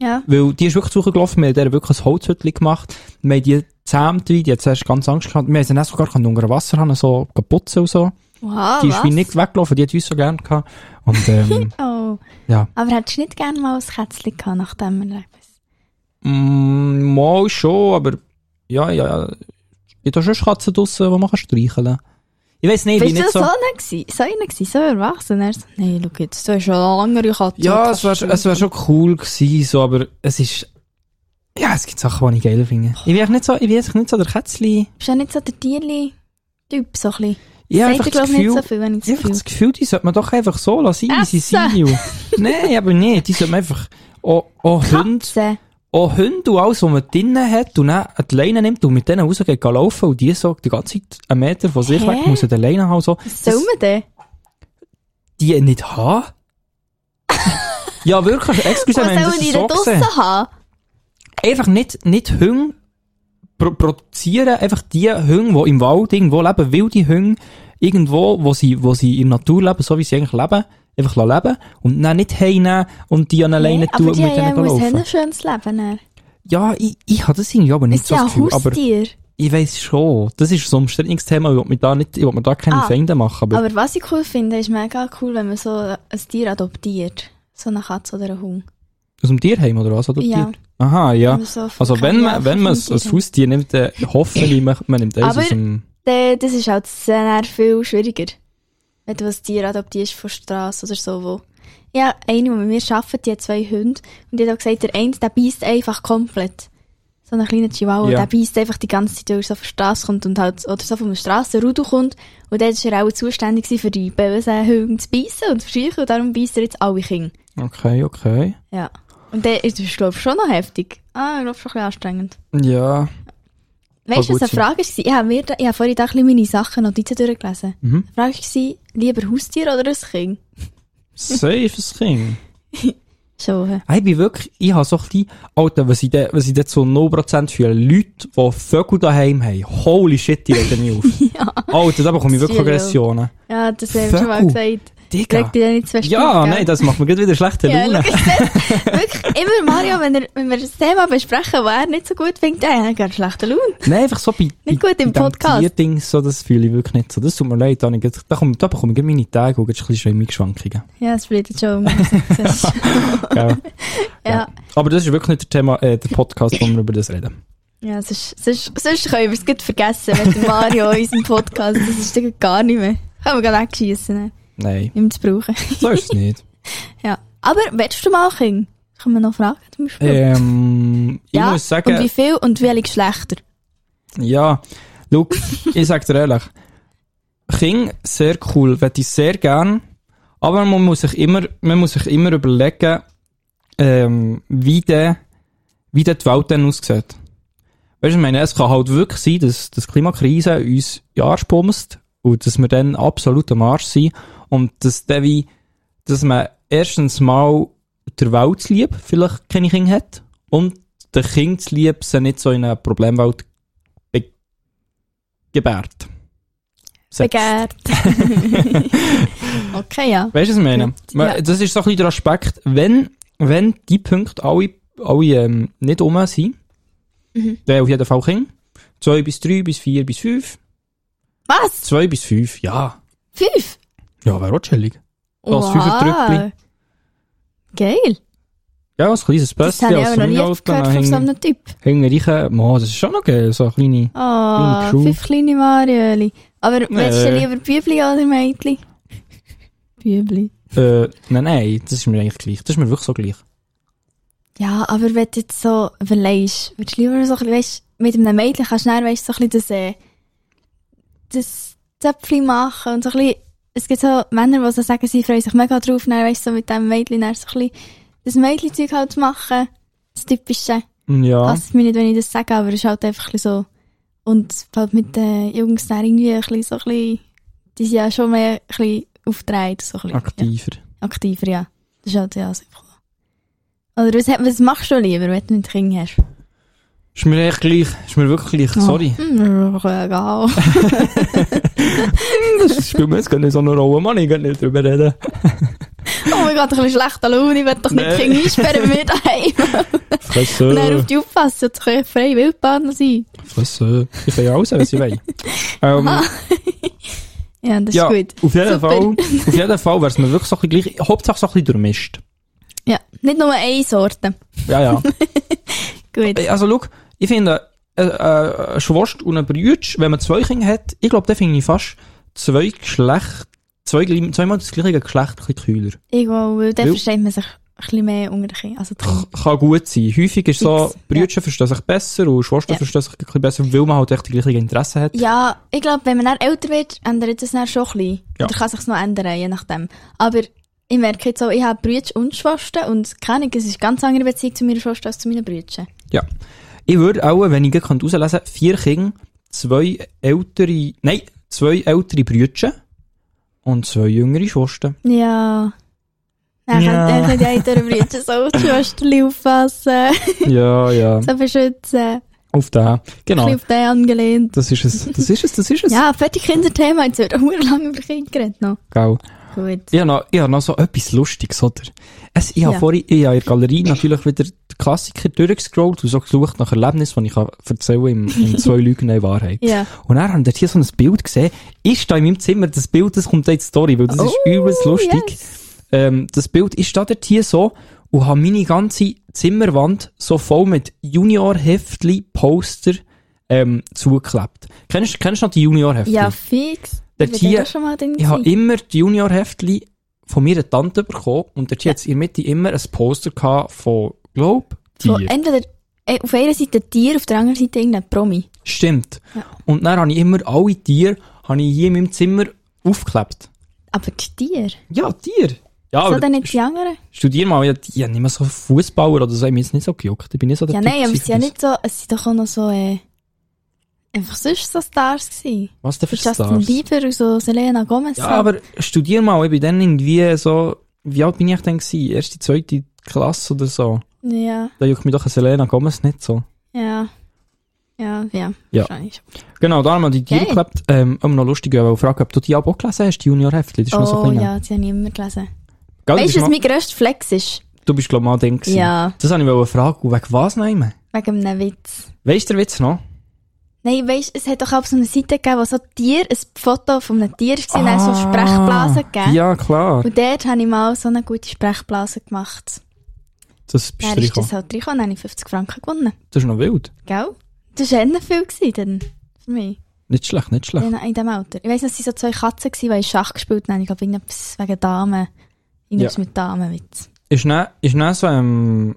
S6: Ja.
S5: Weil die ist wirklich zugelaufen, wir haben der wirklich ein Holzhütchen gemacht, wir haben die zähmt wie, die hat zuerst ganz Angst gehabt, wir haben sie dann sogar können unter Wasser haben, so putzen und so.
S6: Wow,
S5: die
S6: Oh, was?
S5: ist wie nicht weggelaufen, die hat uns so gern gehabt. Und ähm,
S6: Oh.
S5: ja,
S6: Aber hättest du nicht gerne mal ein Kätzchen gehabt, nachdem wir etwas...
S5: mm, mal schon, aber ja, ja, ja. Gibt auch schon Katzen draussen, die man kann streicheln Ich weiss nicht, wie
S6: Bist
S5: nicht
S6: du so
S5: so...
S6: einer gewesen? So einer gewesen? So erwachsen? Er so, nein, schau jetzt, du hast schon eine andere Katze.
S5: Ja,
S6: die
S5: es wäre
S6: kannst
S5: es wär schon cool gewesen, so, aber es ist... Ja, es gibt Sachen, die ich geil finde. Ich bin echt nicht so, ich bin jetzt nicht so der Kätzli.
S6: Bist du auch nicht so der Tierli-Typ, so ein bisschen?
S5: Ich habe
S6: Sagt
S5: einfach
S6: dir,
S5: das
S6: glaub ich, nicht
S5: Gefühl,
S6: so viel, wenn ich
S5: ich habe einfach
S6: das Gefühl.
S5: das Gefühl, die sollte man doch einfach so lassen, wie sie
S6: Essen.
S5: sind. Ju. Nein, aber nicht. Die sollte man einfach auch, auch Hunde,
S6: Katze.
S5: auch Hunde und alles, was man drinnen hat und dann an die Leine nimmt und mit denen rausgeht gehen laufen und die so die ganze Zeit einen Meter von sich
S6: Hä?
S5: weg muss an der Leine haben. So.
S6: Was soll man denn?
S5: Dus die nicht haben? ja, wirklich, excuse
S6: Was
S5: wenn ich
S6: soll
S5: das
S6: die
S5: so
S6: denn
S5: gesehen
S6: draussen haben?
S5: Einfach nicht, nicht Hunde pro produzieren, einfach die Hunde, die im Wald irgendwo leben, wilde Hunde, irgendwo, wo sie, wo sie in der Natur leben, so wie sie eigentlich leben, einfach lassen leben und dann nicht heimnehmen und die an alleine
S6: Nee, aber
S5: tun und
S6: die
S5: mit denen
S6: haben ja
S5: laufen.
S6: ein schönes Leben. dann.
S5: Ja, ich, ich habe das irgendwie aber nicht
S6: Ist
S5: so
S6: ja
S5: das
S6: ein
S5: Gefühl, aber
S6: Haustier.
S5: ich weiss schon, das ist so ein umstrittiges Thema, ich will mir da nicht, ich will mir da keine
S6: Ah,
S5: Feinde machen, aber,
S6: Aber was ich cool finde, ist mega cool, wenn man so ein Tier adoptiert. So eine Katze oder ein Hund.
S5: aus dem Tierheim oder was adoptiert?
S6: Ja.
S5: Aha, ja.
S6: Wenn man so von
S5: Also wenn man,
S6: Kaninchen
S5: wenn man
S6: findet,
S5: ein
S6: dann-
S5: Haustier nimmt, dann hoffe ich, man man nimmt eins
S6: Aber-
S5: aus dem...
S6: Äh, Das ist halt sehr viel schwieriger. Wenn du ein Tier adoptierst von der Straße oder so. Wo. Ja, eine, die mit mir arbeitet, die hat zwei Hunde. Und die hat auch gesagt, der eine, der beißt einfach komplett. So ein kleiner Chihuahua,
S5: Ja.
S6: der beißt einfach die ganze Zeit, weil er so von der Straße kommt und halt, oder so von der Straße Rudel kommt. Und dann war er auch zuständig gewesen für die bösen Hunde zu beißen und zu verscheuchen. Und darum beißt er jetzt alle Kinder.
S5: Okay, okay.
S6: Ja. Und der ist, glaube ich, schon noch heftig. Ah, ich glaube, schon ein bisschen anstrengend.
S5: Ja.
S6: Weißt
S5: Kann
S6: du, was eine
S5: gut
S6: Frage war? Ich habe, mir da, ich habe vorhin da ein bisschen meine Sachen, Notizen durchgelesen.
S5: Mhm.
S6: Die Frage war, lieber Haustier oder ein Kind?
S5: Safe as King.
S6: Schon.
S5: Ich bin wirklich... Ich habe so ein bisschen... Alter, was ich da, was ich da zu 0% fühle. Leute, die Vögel daheim haben. Holy shit, die reden mich auf. Alter, da bekomme ich wirklich
S6: Das ist
S5: Aggressionen.
S6: Ja, das haben wir
S5: Vögel.
S6: schon mal gesagt.
S5: Digga.
S6: Reg dich ja nicht zu
S5: Ja, nein, das macht mir gerade wieder schlechte
S6: ja,
S5: Laune.
S6: schau, ich seh- Wirklich, immer Mario, wenn, er, wenn wir ein Thema besprechen, das er nicht so gut findet, dann hat er ganz schlechte Laune.
S5: Nein, einfach so bei,
S6: Nicht
S5: bei,
S6: gut im
S5: bei dem
S6: Podcast.
S5: Tierding, so, das fühle ich wirklich nicht so. Das tut mir leid, da, habe ich gerade- da, komme, da bekomme ich gerade meine Tage und gerade ein bisschen Schwemmungsschwankungen.
S6: Ja, es bleibt schon. ja.
S5: Gell?
S6: ja.
S5: Aber das ist wirklich nicht der Thema, äh, der Podcast, wo wir über das reden.
S6: Ja, sonst, sonst, sonst können wir es gut vergessen mit dem Mario in unserem Podcast. Das ist dann gar nicht mehr. Können wir gerade wegschiessen,
S5: Nein,
S6: ihm zu brauchen.
S5: so ist es nicht.
S6: Ja. Aber willst du mal Kind? Können wir noch fragen zum Beispiel?
S5: ähm, ich
S6: ja,
S5: Äh, muss
S6: Und wie
S5: sagen,
S6: viel und welche Geschlechter?
S5: ja, look, ich sag dir ehrlich, King sehr cool, wette ich sehr gern, aber man muss sich immer, man muss sich immer überlegen, ähm, wie der, wie der die Welt dann aussieht. Weißt du, ich meine, es kann halt wirklich sein, dass die Klimakrise uns in den Arsch bumst und dass wir dann absolut am Arsch sind und dass der wie, dass man erstens mal der Welt lieb vielleicht keine Kinder hat und der Kind lieb sie nicht so in eine Problemwelt be gebärt. Setzt.
S6: Begehrt. okay, ja.
S5: Weißt du, was ich meine?
S6: Ja.
S5: Das ist so ein bisschen der Aspekt, wenn, wenn die Punkte alle, alle ähm, nicht um sind,
S6: Mhm.
S5: dann auf jeden Fall Kind. 2 bis 3 bis 4 bis 5.
S6: Was?
S5: 2 bis 5, ja.
S6: Fünf?
S5: Ja, wäre auch chillig. Das
S6: Oha.
S5: Fünfertrüppli.
S6: Geil.
S5: Ja, ein kleines
S6: Das
S5: Pässchen
S6: habe ich aber noch nie gehört von so einem Typ.
S5: Hängen Mann, das ist schon noch geil, so kleine.
S6: Ah,
S5: Crew. Äh.
S6: fünf kleine Mariöli. Aber willst du
S5: Nee.
S6: lieber Bübli oder Mädchen? Bübli.
S5: Äh, nein, nein, das ist mir eigentlich gleich. Das ist mir wirklich so gleich.
S6: Ja, aber wenn du jetzt so überlegst, würdest du lieber so ein bisschen, weißt, mit einem Mädchen kannst du dann, weißt, so ein bisschen das, äh, das Zöpfchen machen und so ein bisschen, es gibt so Männer, die so sagen, sie freuen sich mega drauf, dann, weißt, so mit dem Mädchen dann so ein bisschen das Mädchenzeug halt zu machen, das Typische.
S5: Ja.
S6: Passt mir nicht, wenn ich das sage, aber es ist halt einfach ein bisschen so, und halt mit den Jungs dann irgendwie ein bisschen so ein bisschen, die sind ja schon mehr ein bisschen aufgedreht, so ein bisschen. Ja
S5: Aktiver.
S6: aktiver, ja. Das ist halt ja das einfach. Oder was, hat- was machst du lieber, wenn du nicht Kind hast?
S5: Ist mir echt gleich. Ist mir wirklich gleich. Sorry.
S6: Hm, egal.
S5: Das spielt mir jetzt gar nicht so eine Rolle, Mann. Ich kann nicht drüber reden.
S6: Oh mein Gott, ein bisschen schlechte Laune, ich will doch nicht
S5: Nee.
S6: Kind einsperren mit daheim. Und dann auf
S5: Friseur.
S6: die Aufpasse, jetzt kann ich frei Wildbahn sein.
S5: Friseur. Äh, Ich kann ja alles, was ich will. Ähm,
S6: Ja, das ist
S5: ja,
S6: gut.
S5: auf jeden
S6: Super.
S5: Fall, auf jeden Fall wäre es mir wirklich so ein bisschen gleich, Hauptsache so ein bisschen durchmischt.
S6: Ja, nicht nur eine Sorte.
S5: Ja, ja.
S6: Gut.
S5: Ey, Also, schau, ich finde, äh, äh, eine Schwester und ein Brütsch, wenn man zwei Kinder hat, ich glaube, da finde ich fast zwei Geschlecht, zwei, gleich- zweimal das gleiche Geschlecht ein bisschen kühler.
S6: Irgendwo, weil dann
S5: Weil-
S6: versteht man sich ein bisschen mehr unter den Kindern. Also die Kinder.
S5: Kann gut sein. Häufig ist so,
S6: Fix, ja.
S5: Brüder verstehen sich besser und Schwestern
S6: Ja.
S5: verstehen sich ein bisschen besser, weil man halt echt die gleichen Interessen hat.
S6: Ja, ich glaube, wenn man dann älter wird, ändert es dann schon ein bisschen.
S5: Ja.
S6: Oder kann sich's noch ändern, je nachdem. Aber ich merke jetzt auch, ich habe Brüder und Schwestern und keine Ahnung, es ist eine ganz andere Beziehung zu meiner Schwester als zu meinen Brüdern.
S5: Ja. Ich würde auch, wenn ich gerade herauslesen könnte, vier Kinder, zwei ältere, nein, zwei ältere Brüdchen und zwei jüngere Schwestern.
S6: Ja. Dann
S5: Ja.
S6: ja. könnte ja jeder Brüder so die Schwester auffassen,
S5: Ja, ja.
S6: so beschützen,
S5: Auf den.
S6: ein bisschen
S5: Genau.
S6: auf den angelehnt.
S5: Das ist es. Das ist es. Das ist es.
S6: Ja, fertig Kinderthema, jetzt wird auch lange über Kinder geredet noch.
S5: Gell.
S6: Gut.
S5: Ich habe noch, ich hab noch so etwas Lustiges, oder? Es, ich habe
S6: Ja.
S5: vorhin ich hab in der Galerie natürlich wieder die Klassiker durchgescrollt und so gesucht nach Erlebnissen, die ich kann erzählen im, in zwei Lügen eine Wahrheit.
S6: Ja.
S5: Und dann haben wir hier so ein Bild gesehen. Ist da in meinem Zimmer das Bild, das kommt da in die Story, weil das ist
S6: Oh,
S5: übelst lustig. Ähm, das Bild ist da dort hier so und habe meine ganze Zimmerwand so voll mit Junior-Heftli, Poster, ähm, zugeklebt. Kennst, kennst du noch die Junior-Heftli?
S6: Ja, fix.
S5: Der
S6: Ich bin
S5: Tier- eh,
S6: doch schon mal drin
S5: Ich habe
S6: gewesen.
S5: immer die Junior-Heftli von meiner Tante bekommen und dort hat es in der Mitte immer ein Poster gehabt von Globe.
S6: Von
S5: Tier.
S6: entweder äh, auf einer Seite ein Tier, auf der anderen Seite irgendein Promi.
S5: Stimmt.
S6: Ja.
S5: Und dann habe ich immer alle Tiere habe ich hier in meinem Zimmer aufgeklebt.
S6: Aber die Tiere?
S5: Ja, Tier. Ja,
S6: So
S5: aber
S6: dann nicht die anderen?
S5: studier mal, ja, die haben nicht mehr so Fußballer oder so, haben mich jetzt nicht so gejuckt. Ich bin nicht so der
S6: Ja,
S5: Typ
S6: nein, aber es
S5: gewesen
S6: sind ja
S5: für
S6: nicht so, es sind doch auch noch so, äh, einfach sonst so Stars gewesen.
S5: das. Was denn für
S6: Justin
S5: Stars?
S6: Bieber und so Selena Gomez. halt.
S5: Ja,
S6: so.
S5: aber studier mal, ich bin dann irgendwie so, wie alt bin ich denn gewesen? Erste, zweite Klasse oder so.
S6: Ja,
S5: Da juckt mich doch eine Selena Gomez nicht so.
S6: ja. Ja, ja,
S5: Ja.
S6: wahrscheinlich.
S5: Genau, darum habe ich die
S6: Geil.
S5: geklebt. Ähm, um noch lustig, weil ich frage, ob du die auch gelesen hast, die Junior-Heftli. Das ist noch so
S6: Oh
S5: ein Also, bisschen-
S6: ja, die habe ich immer gelesen.
S5: Gell, du
S6: weißt du,
S5: bist
S6: was
S5: mal-
S6: mein grösster Flex ist?
S5: Du bist, glaube ich, mal dem gewesen.
S6: Ja.
S5: Das habe ich wollte fragen. Und wegen was nehmen?
S6: Wegen einem Witz.
S5: Weißt du den Witz noch?
S6: Nein, weißt du, es hat doch auch so eine Seite gegeben, wo so Tier, ein Foto von einem Tier war, und dann so
S5: Ah,
S6: Sprechblasen gegeben.
S5: Ja, klar.
S6: Und dort habe ich mal so eine gute Sprechblase gemacht.
S5: Das bist
S6: Dann
S5: du
S6: ist
S5: das,
S6: das halt reingekommen und dann habe ich 50 Franken gewonnen.
S5: das ist noch wild.
S6: Gell? Das war eher viel gewesen dann für mich.
S5: Nicht schlecht, nicht schlecht.
S6: In, in diesem Alter. Ich weiss noch, es waren so zwei Katzen, gewesen, die in Schach gespielt haben. Ich glaube, irgendetwas wegen Damen. Irgendwas mit Damenwitz.
S5: Ist dann, ist dann so, ähm,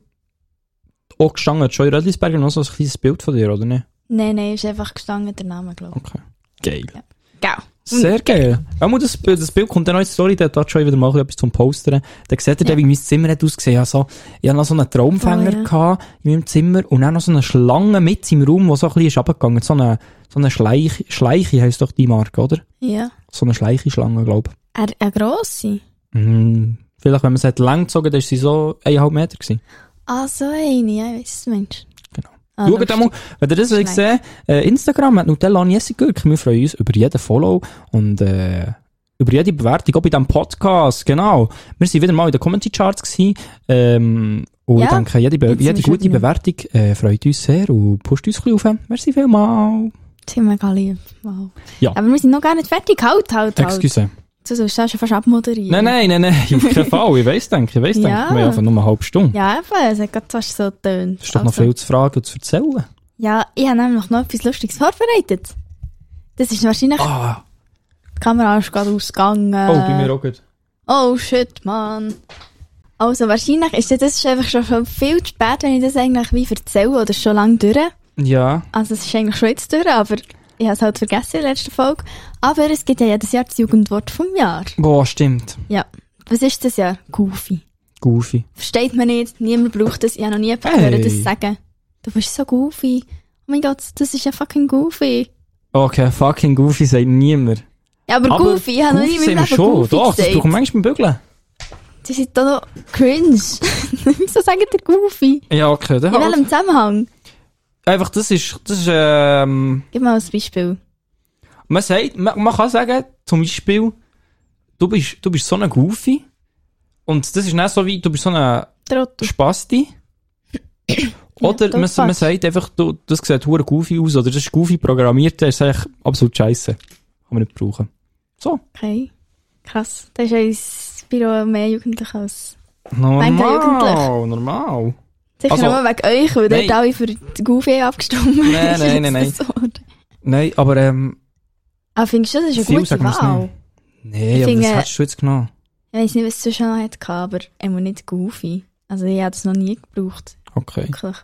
S5: auch gestanden, Joy Rödlisberger noch so ein kleines Bild von dir, oder nicht?
S6: Nein, nein, ist einfach gestanden der Name, glaube
S5: Okay. Geil.
S6: ich. Gell?
S5: Sehr geil. Ja, mal das, das Bild kommt dann auch in die Story, da hat schon wieder mal etwas zum Postern. Dann seht ihr,
S6: Ja.
S5: dann, wie mein Zimmer hat ausgesehen. Ja, so, ich hatte noch so einen Traumfänger
S6: Oh, ja.
S5: gehabt in meinem Zimmer und dann noch so eine Schlange mit im Raum, die so ein bisschen ist runtergegangen ist. So eine, so eine Schleich, Schleiche heisst doch die Marke, oder?
S6: Ja.
S5: So eine Schleiche-Schlange, glaube
S6: Er, eine grosse.
S5: ich. Mm, vielleicht, wenn man sie hat lang gezogen dann war sie so eineinhalb Meter. Gewesen.
S6: Ah, so eine. Ja, ich weiss es, Mensch.
S5: Genau.
S6: Ah,
S5: Schaut
S6: lustig.
S5: einmal, wenn ihr das wollt sehen äh, Instagram hat Nutella und Jesse Gürk. Wir freuen uns über jeden Follow und äh, über jede Bewertung, auch bei diesem Podcast, genau. Wir waren wieder mal in den Community-Charts. gewesen, Ähm, und
S6: Ja,
S5: ich denke, jede, Be
S6: jetzt sind
S5: jede
S6: wir schon
S5: gute
S6: drin.
S5: Bewertung äh, freut uns sehr und pusht uns ein bisschen auf. Merci vielmals.
S6: Das sind mega lieb. Wow.
S5: Ja.
S6: Aber wir sind noch gar nicht fertig. Halt, halt, halt.
S5: Excuse.
S6: Du sollst das schon fast abmoderieren.
S5: Nein, nein, nein, nein, auf keinen Fall. Ich weiss, denke ich, ich weiss, denke
S6: Ja.
S5: ich. Wir haben einfach nur eine halbe Stunde.
S6: Ja, Also. eben. Es hat gerade fast so getönt.
S5: Das ist doch noch viel zu fragen und zu erzählen.
S6: Ja, ich habe nämlich noch etwas Lustiges vorbereitet. Das ist wahrscheinlich...
S5: Ah,
S6: Die Kamera ist gerade ausgegangen.
S5: oh, bei mir auch gut.
S6: Oh, shit, Mann. Also wahrscheinlich ist das- das ist einfach schon schon viel zu spät, wenn ich das eigentlich wie erzähle oder schon lange durch.
S5: Ja,
S6: Also es ist eigentlich schon jetzt durch, aber ich habe es halt vergessen in der letzten Folge. Aber es gibt ja jedes Jahr das Jugendwort vom Jahr.
S5: boah, stimmt.
S6: Ja. Was ist das Jahr? Goofy.
S5: Goofy.
S6: Versteht man nicht, niemand braucht das, ich habe noch nie jemanden
S5: Hey.
S6: gehört, das sagen. Du bist so goofy. Oh mein Gott, das ist ja fucking goofy.
S5: Okay, fucking Goofy sagt niemand.
S6: Ja, aber,
S5: Aber
S6: goofy, ich habe noch nie in
S5: sehen wir
S6: meinem Leben
S5: schon.
S6: goofy
S5: Doch, das
S6: gesagt.
S5: braucht man manchmal beim Bügeln.
S6: Die sind doch noch cringe. Wieso sagen die Goofy?
S5: Ja, eh, okay. Dann
S6: In welchem Zusammenhang?
S5: Einfach, das ist, das ist, ähm,
S6: Gib mal ein Beispiel.
S5: man sagt, man, man kann sagen, zum Beispiel, du bist, du bist so ein Goofy. Und das ist nicht so wie, du bist so ein
S6: Trottel.
S5: Spasti. Oder
S6: das
S5: man,
S6: ist
S5: man
S6: falsch.
S5: sagt einfach, du, das sieht hure Goofy aus. Oder das ist Goofy programmiert, das ist eigentlich absolut scheiße. Kann man nicht brauchen. So.
S6: Okay. Krass. Da ist uns Büro mehr Jugendliche als...
S5: Normal. Normal.
S6: Sicher
S5: Also-
S6: nur wegen euch, weil
S5: Nein.
S6: dort alle für die Goofy abgestimmt haben.
S5: Nein, nein, nein, nein. Nein, aber, ähm,
S6: Ah, findest du, das ist eine
S5: viel
S6: gute
S5: sagen wir es
S6: Wahl?
S5: nicht. Nee,
S6: Ich
S5: aber das
S6: finde-
S5: hättest du jetzt genommen.
S6: Ich weiss nicht, was es sonst noch hat, aber immer nicht Goofy. Also ich habe das noch nie gebraucht,
S5: Okay.
S6: wirklich.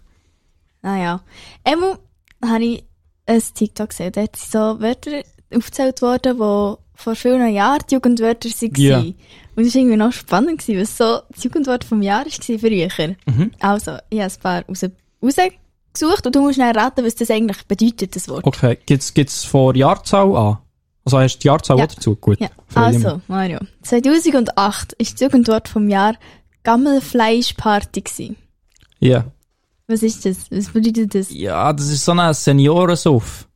S6: Naja. Einmal habe ich ein TikTok gesehen, da sind so Wörter aufgezählt worden, die vor vielen Jahren die Jugendwörter waren.
S5: Ja.
S6: Und das war irgendwie noch spannend, gewesen, was so das Jugendwort vom Jahr war früher.
S5: Mhm.
S6: Also, ich habe ein paar raus- rausgesucht und du musst dann raten, was das eigentlich bedeutet, das Wort.
S5: Okay. Gibt's, gibt's vor Jahrzahl an? Also hast du die Jahrzahl
S6: Ja.
S5: auch dazu? Gut.
S6: Ja,
S5: Freue mich.
S6: also, Mario. 2008 war das Jugendwort vom Jahr Gammelfleischparty. Gewesen.
S5: Ja.
S6: Was ist das? Was bedeutet das?
S5: Ja, das ist so ein Seniorensuff.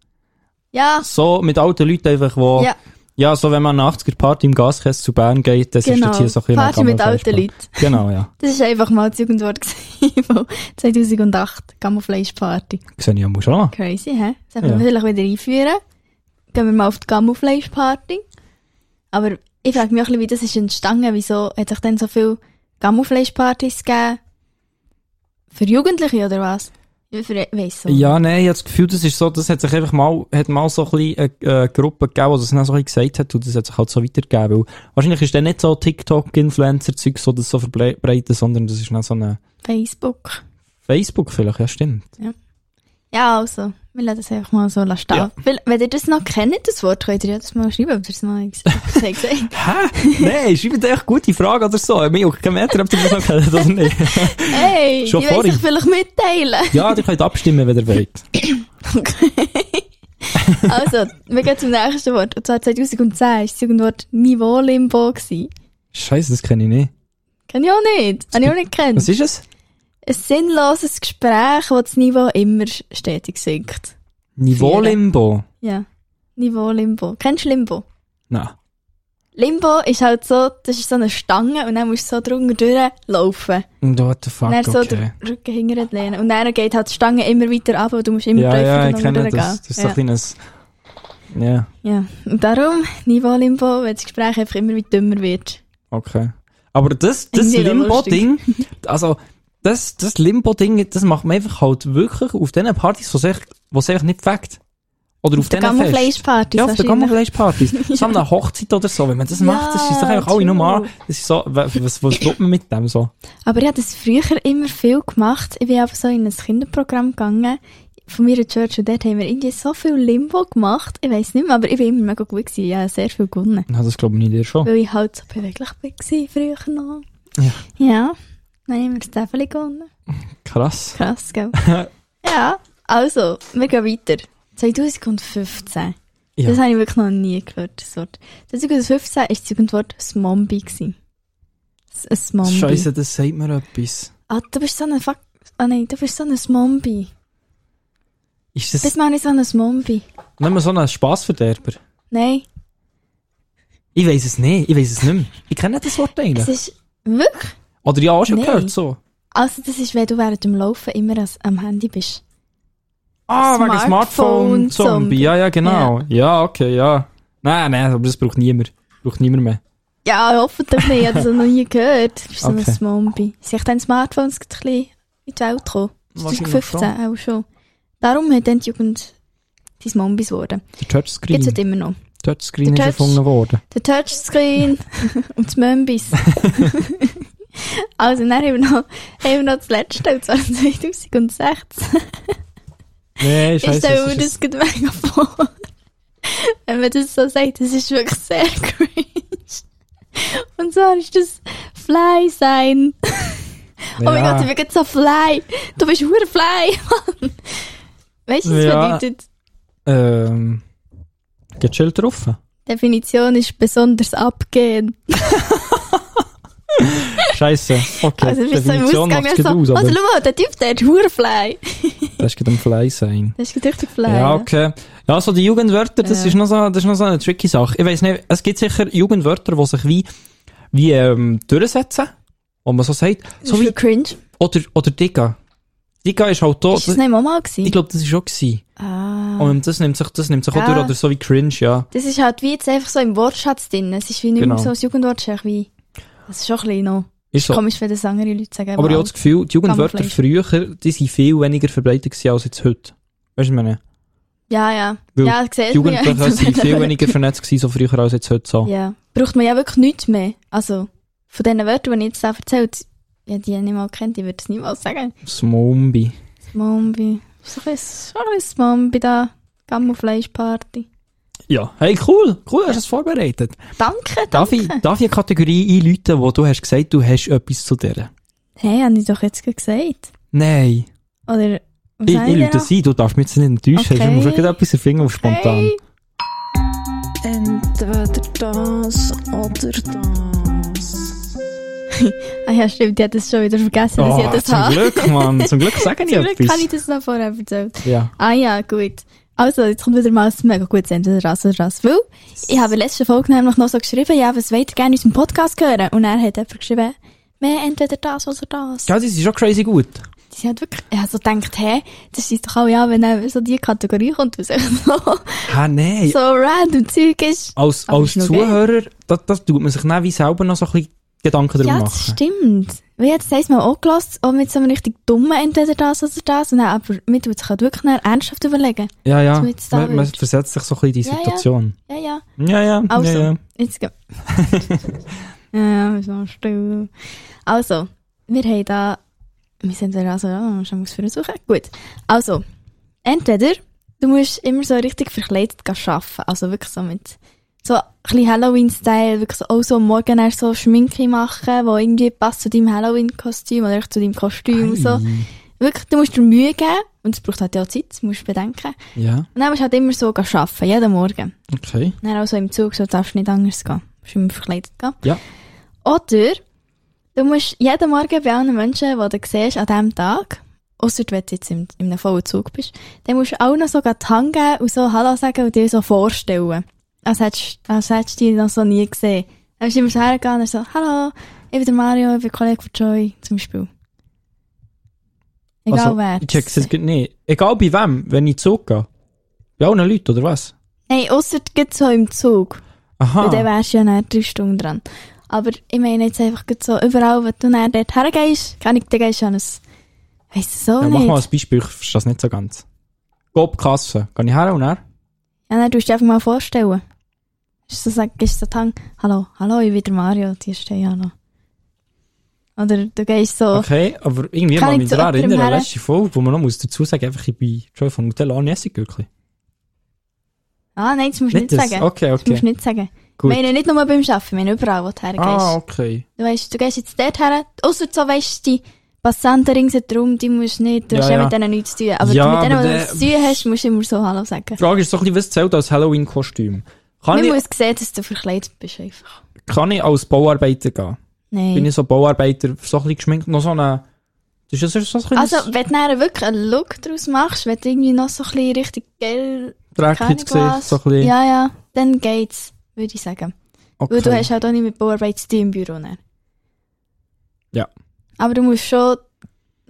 S6: Ja,
S5: So mit alten Leuten einfach, wo...
S6: Ja.
S5: Ja, so wenn man eine 80er-Party im Gaskess zu Bern geht, das ist
S6: genau.
S5: jetzt hier so ein bisschen...
S6: Party mit alten
S5: Gammelfleischparty.
S6: Leuten.
S5: Genau, ja.
S6: Das war einfach mal das Jugendwort gewesen, von 2008. Gammelfleischparty.
S5: Sehe ich ja mal schon an.
S6: Crazy, hä? Das sollten
S5: Ja.
S6: wir vielleicht wieder einführen. Gehen wir mal auf die Gammelfleischparty. Aber ich frage mich auch ein bisschen, wie das ist entstanden. Wieso hat sich denn so viele Gammelfleischpartys gegeben? Für Jugendliche oder was? Ich weiss so.
S5: Ja, nein, ich habe das Gefühl, das ist so, das hat sich einfach mal, hat mal so ein bisschen eine äh, Gruppe gegeben, die das dann so ein bisschen gesagt hat und das hat sich halt so weitergegeben. Weil wahrscheinlich ist dann nicht so TikTok-Influencer-Zeug so, das so verbreitet, sondern das ist dann so eine
S6: Facebook.
S5: Facebook vielleicht, ja stimmt.
S6: Ja, also. Wir lassen das einfach mal so stehen.
S5: Ja.
S6: Weil, wenn ihr das noch kennt, das Wort, könnt ihr ja das mal schreiben, ob ihr das mal gesagt habt.
S5: Hä? nein, schreibt echt gute Frage oder so. Mir auch kein Meter, ob ihr das noch kennt oder nicht.
S6: Hey, ich
S5: Schon
S6: will
S5: vorhin.
S6: sich vielleicht mitteilen.
S5: ja, ihr könnt abstimmen, wenn ihr wollt.
S6: Okay. also, wir gehen zum nächsten Wort. Und zwar 2010 war das Jugendwort Niveau-Limbo. gewesen.
S5: Scheiße, das kenne ich nicht.
S6: Kenn ich auch nicht. Habe ich auch nicht
S5: Was
S6: gekannt.
S5: ist es?
S6: Ein sinnloses Gespräch, wo das Niveau immer stetig sinkt.
S5: Niveau-Limbo?
S6: Ja. Niveau-Limbo. Kennst du Limbo?
S5: Nein.
S6: Limbo ist halt so, das ist so eine Stange und dann musst du so drunter durchlaufen.
S5: What the
S6: und
S5: fuck,
S6: dann so
S5: okay.
S6: den Rücken hinterher lehnen. Und dann geht halt die Stange immer weiter ab und du musst immer
S5: Ja,
S6: tiefer
S5: ja, ich
S6: drunter
S5: kenne
S6: gehen.
S5: das. Das ist so
S6: ja.
S5: ein kleines... Ja.
S6: ja. Und darum, Niveau-Limbo, wenn das Gespräch einfach immer wie dümmer wird.
S5: Okay. Aber das, das
S6: Irgendwie noch
S5: Limbo-Ding, also das, das Limbo-Ding, das macht man einfach halt wirklich auf diesen Partys, wo es echt- wo es einfach nicht weckt. Oder auf,
S6: Auf der
S5: diesen Festen.
S6: Gammelfleischparty.
S5: Ja, auf der Gammelfleischpartys. So an einer Hochzeit oder so, wenn man das macht, das ist doch einfach alle
S6: true.
S5: nur an. Das ist so, wa- was, was tut man mit dem so?
S6: Aber ich habe das früher immer viel gemacht. Ich bin einfach so in ein Kinderprogramm gegangen von meiner Church und dort haben wir irgendwie so viel Limbo gemacht. Ich weiss nicht mehr, aber ich war immer mega gut. Gewesen. Ich habe sehr viel gewonnen.
S5: Na, das glaube ich dir schon.
S6: Weil ich halt so beweglich war früher
S5: Oh.
S6: noch.
S5: Ja.
S6: Ja. Dann haben wir das Täfeli gewonnen.
S5: Krass.
S6: Krass, gell? ja. Also, wir gehen weiter. 2015.
S5: Ja.
S6: Das habe ich wirklich noch nie gehört, das Wort. 2015 war das Jugendwort Smombie. gewesen. S- Ein Smombie.
S5: Scheiße, das sagt mir etwas.
S6: Ah, du bist so ein Fuck. Ah nein, du bist so ein Mombi.
S5: Ist
S6: Bist
S5: das
S6: mal nicht so ein Mombi.
S5: nicht mehr so ein Spaßverderber?
S6: Nein,
S5: Ich weiß es nicht, ich weiß es nicht mehr. Ich kenne das Wort
S6: es
S5: eigentlich.
S6: ist wirklich.
S5: Oder ja, auch schon
S6: Nein.
S5: gehört so.
S6: Also das ist, wenn du während dem Laufen immer als, am Handy bist.
S5: Ah, wegen
S6: Smartphone-Zombie.
S5: Smartphone-Zombie. Ja, ja, genau. Ja, okay, ja. Nein, nein, aber das braucht niemand. Braucht niemand mehr.
S6: Ja, hoffentlich nicht. Ich habe das noch nie gehört. Du bist so
S5: Okay.
S6: ein Mombi. Sind deine Smartphones gerade ein bisschen in die Welt gekommen?
S5: Wahrscheinlich
S6: 2015 auch schon. Darum hat dann die Jugend die Mombis geworden.
S5: Der
S6: Gibt es halt
S5: Touchscreen.
S6: immer noch.
S5: Touchscreen ist
S6: der Touch-
S5: erfunden worden.
S6: Der Touchscreen und das Mömbis. also, dann haben wir, noch, haben wir noch das letzte, und zwar 2016.
S5: Nee,
S6: Ich
S5: scheiße.
S6: stelle mir
S5: das ist-
S6: das gerade mega vor. Wenn man das so sagt, das ist wirklich sehr cringe. Und zwar ist das dus Fly sein. Oh mein
S5: Ja.
S6: Gott, ich bin gerade so fly. Du bist hure fly, Mann. Weißt du, was das
S5: Ja.
S6: bedeutet?
S5: Ähm. Gechillt drauf.
S6: Definition ist besonders abgehen.
S5: Scheiße. Okay.
S6: Also, wir sind so im
S5: Definition
S6: Ausgang
S5: macht's
S6: so.
S5: gut aus, aber
S6: Also, schau mal, der Typ, der hat hure fly.
S5: das ist gerade am Fleisch sein.
S6: Das ist gerade richtig fly.
S5: Ja,
S6: ne?
S5: okay. Ja, so die Jugendwörter, das,
S6: Ja.
S5: ist, noch so, das ist noch so eine tricky Sache. Ich weiss nicht, es gibt sicher Jugendwörter, die sich wie, wie ähm, durchsetzen, wo man so sagt.
S6: Das ist
S5: So wie,
S6: voll cringe.
S5: oder, oder Digga. Digga ist halt da.
S6: Ist das nicht Mama gewesen?
S5: Ich glaube, das ist auch gewesen.
S6: ah.
S5: Und das nimmt sich, das nimmt sich auch
S6: Ja.
S5: durch, oder so wie cringe, ja.
S6: Das ist halt wie jetzt einfach so im Wortschatz drin. Es ist wie nicht
S5: Genau.
S6: mehr so ein Jugendwort, es ist echt wie... Das ist schon ein bisschen noch...
S5: Ist so.
S6: Komisch, wenn das andere Leute sagen.
S5: Aber ich habe das Gefühl, die Jugendwörter früher,
S6: Camouflage.
S5: die sind viel weniger verbreitet gewesen als jetzt heute. Weißt du, was ich meine?
S6: Ja, ja.
S5: Weil
S6: ja, das
S5: Die
S6: sieht man ja
S5: Jugendwörter sind
S6: jetzt
S5: viel
S6: mittlerweile.
S5: weniger vernetzt gewesen, so früher als jetzt heute so.
S6: Ja. Braucht man ja wirklich nichts mehr. Also, von diesen Wörtern, die ich jetzt da erzählt ja, die ich nicht mal kennt, die würde es niemals sagen.
S5: Smombi.
S6: Mombi. So ein bisschen, so ein bisschen Mombi da. Gammelfleischparty.
S5: Ja, hey, cool, cool, hast du es vorbereitet.
S6: Danke,
S5: Darf ich,
S6: danke.
S5: darf ich eine Kategorie einläuten, wo du hast gesagt, du hast etwas zu der?
S6: Hey, habe ich doch jetzt gerade gesagt.
S5: Nein,
S6: Oder, was
S5: ich,
S6: habe
S5: ich
S6: denn
S5: läute
S6: noch?
S5: sie, du darfst mich jetzt nicht enttäuschen.
S6: Okay.
S5: Ich muss wirklich etwas erfinden auf spontan.
S6: Hey.
S8: Entweder das oder das.
S6: Ah ja, stimmt, ich habe das schon wieder vergessen, dass ich das
S5: Ah, zum
S6: habe.
S5: Glück, Mann, zum Glück sage ich
S6: Zum Glück
S5: etwas.
S6: habe ich das noch vorher erzählt.
S5: Ja.
S6: Ah ja, gut. Also, jetzt kommt wieder mal ein mega gutes Ende, Ras oder Ras. Weil, ich habe in der letzten Folge nämlich noch so geschrieben, ja, was wollt ihr gerne in unserem Podcast hören? Und er hat einfach geschrieben, mehr entweder das oder das.
S5: ja, das ist schon crazy gut.
S6: Die sind halt wirklich, ich habe so gedacht, hä, das ist doch auch ja, wenn er so die Kategorie kommt, was echt so,
S5: Ah, nein.
S6: so random Zeug ist.
S5: als
S6: Aber
S5: als
S6: ist noch geil.
S5: Zuhörer, das, das tut man sich dann wie selber noch so ein bisschen Gedanken darüber
S6: Ja,
S5: machen.
S6: das stimmt. Weil ich jetzt Mal auch gelassen, auch mit so einem richtig dummen entweder das oder das. Und dann, aber man tut sich halt wirklich dann ernsthaft überlegen.
S5: Ja, ja.
S6: was man jetzt da
S5: Man, man
S6: wünscht.
S5: versetzt sich so ein bisschen in die
S6: Ja, ja.
S5: Situation.
S6: Ja, ja.
S5: Ja, ja.
S6: Also,
S5: ja, ja.
S6: jetzt geht's. ja, wir sind still. Also, wir haben da. Wir sind da also, ja, schon muss versuchen. Gut. Also, entweder du musst immer so richtig verkleidet gehen arbeiten. Also wirklich so mit so ein bisschen Halloween-Style, wirklich so, auch so am morgen erst so Schminke machen, wo irgendwie passt zu deinem Halloween-Kostüm oder echt zu deinem Kostüm. und So. Wirklich, du musst dir Mühe geben und es braucht halt ja auch Zeit, das musst du bedenken.
S5: Ja,
S6: Und dann musst du halt immer so gehen arbeiten, jeden Morgen.
S5: okay.
S6: Dann auch so im Zug, so darfst du nicht anders gehen. Du musst immer verkleidet gehen.
S5: Ja.
S6: Oder du musst jeden Morgen bei allen Menschen, die du siehst, an diesem Tag, außer wenn du jetzt im, in einem vollen Zug bist, dann musst du auch noch so die Hand geben und so Hallo sagen und dir so vorstellen. Als hättest, als hättest du dich noch so nie gesehen. Dann musst du immer so hergehen und so, Hallo, ich bin der Mario, ich bin Kollege von Joy, zum Beispiel. Egal
S5: also,
S6: wer.
S5: Ich check's jetzt gerade nicht. Egal bei wem, wenn ich zurückgehe. Bei allen Leuten, oder was?
S6: Nein, ausser geht so im Zug. Weil dann
S5: Aha.
S6: wärst du ja nach drei Stunden dran. Aber ich meine jetzt einfach grad so, überall, wenn du nachher dort hergehst, kann ich, dann gehst du an ein, weiss es auch
S5: Ja, mach
S6: nicht.
S5: mal ein Beispiel, ich verstehe das nicht so ganz. Gob Kasse. Gehe ich her und her?
S6: Ja, dann tust du dir einfach mal vorstellen. Ist so, sag, gehst du so an, hallo, hallo, ich bin der Mario, die ist ja noch. Oder du gehst so,
S5: Okay, aber irgendwie
S6: Kann
S5: mal
S6: ich
S5: mich
S6: zu
S5: daran
S6: jemandem
S5: erinnern, an
S6: her?
S5: letzte Folge, wo man noch muss dazu sagen, einfach ich bin schon von Nutella an Essig, wirklich.
S6: ah nein, das musst du nicht,
S5: das.
S6: sagen.
S5: Okay,
S6: Das musst du
S5: okay.
S6: nicht sagen.
S5: Gut.
S6: Ich meine nicht nur beim Arbeiten, ich meine überall, wo du hergehst.
S5: Ah, okay.
S6: Du weißt, du gehst jetzt dort her, ausser so weißt du, die Passanten ringsherum, die musst du nicht, du
S5: Ja,
S6: hast ja,
S5: ja.
S6: mit denen nichts zu tun. Aber
S5: Ja,
S6: mit denen,
S5: aber
S6: die du
S5: der-
S6: zu tun hast, musst du immer so Hallo sagen.
S5: Die Frage ist so ein bisschen, was zählt als Halloween-Kostüm? Kann
S6: Man
S5: ich,
S6: muss sehen, dass du verkleidet bist einfach.
S5: kann ich als Bauarbeiter gehen? Bin
S6: Nein.
S5: ich so Bauarbeiter, so ein bisschen geschminkt, noch so eine... Das ist ja so ein bisschen
S6: Also, wenn du nachher wirklich einen Look daraus machst, wenn du irgendwie noch so ein bisschen richtig geil,
S5: Dreck
S6: keine
S5: ins Gesicht,
S6: was-
S5: so ein bisschen...
S6: Ja, ja, dann geht's, würde ich sagen.
S5: okay.
S6: Weil du hast halt auch nicht mit Bauarbeit zu tun im Büro. Dann.
S5: Ja.
S6: Aber du musst schon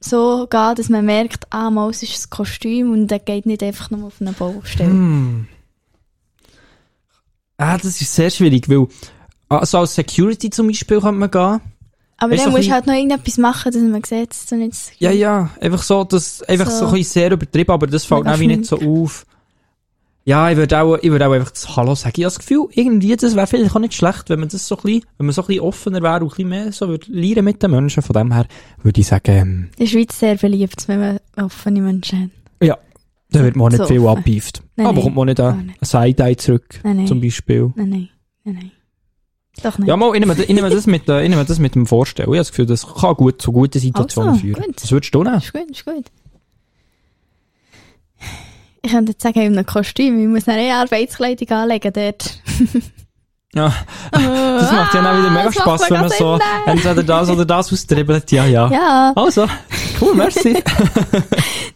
S6: so gehen, dass man merkt, ah, mal, es ist ein Kostüm und der geht nicht einfach nur auf eine Baustelle.
S5: Hm. Ah, das ist sehr schwierig, weil... Also als Security zum Beispiel könnte man gehen.
S6: Aber
S5: Weißt
S6: dann
S5: du, ein
S6: musst du halt noch irgendetwas machen, dass man sieht, dass du nicht...
S5: Ja, ja, einfach so, das, einfach so,
S6: So.
S5: ein bisschen sehr übertrieben, aber das fällt
S6: Mega
S5: dann wie nicht so auf. Ja, ich würde auch, ich würde auch einfach das Hallo sagen. Ich habe das Gefühl, irgendwie, das wäre vielleicht auch nicht schlecht, wenn man das so ein bisschen, wenn man so ein bisschen offener wäre und ein bisschen mehr so würde lernen mit den Menschen. Von dem her würde ich sagen, ähm,
S6: In der Schweiz sehr beliebt, wenn man offene Menschen hat.
S5: ja, da wird man auch nicht
S6: So
S5: viel
S6: offen.
S5: abgeeift.
S6: Nein,
S5: aber
S6: nein,
S5: kommt man nicht
S6: gar
S5: ein
S6: nicht.
S5: ein Side-Eye zurück,
S6: Nein, nein.
S5: zum Beispiel.
S6: Nein, nein, nein, nein. Doch nicht.
S5: Ja, mal, ich nehme, ich nehme das mit, äh, ich nehme das mit dem Vorstellen. Ich habe das Gefühl, das kann gut zu guten Situationen
S6: Also,
S5: führen.
S6: gut.
S5: Das würdest du nehmen?
S6: Ist gut, ist gut. Ich könnte jetzt sagen, ich habe ein Kostüm, ich muss eine Arbeitskleidung anlegen dort.
S5: Ja. Das macht ja dann auch wieder mega
S6: Äh, das macht
S5: Spaß, wenn man
S6: mega
S5: so
S6: Sinn, nein.
S5: entweder das oder das austribbelt. Ja, ja.
S6: Ja,
S5: Also, cool, merci.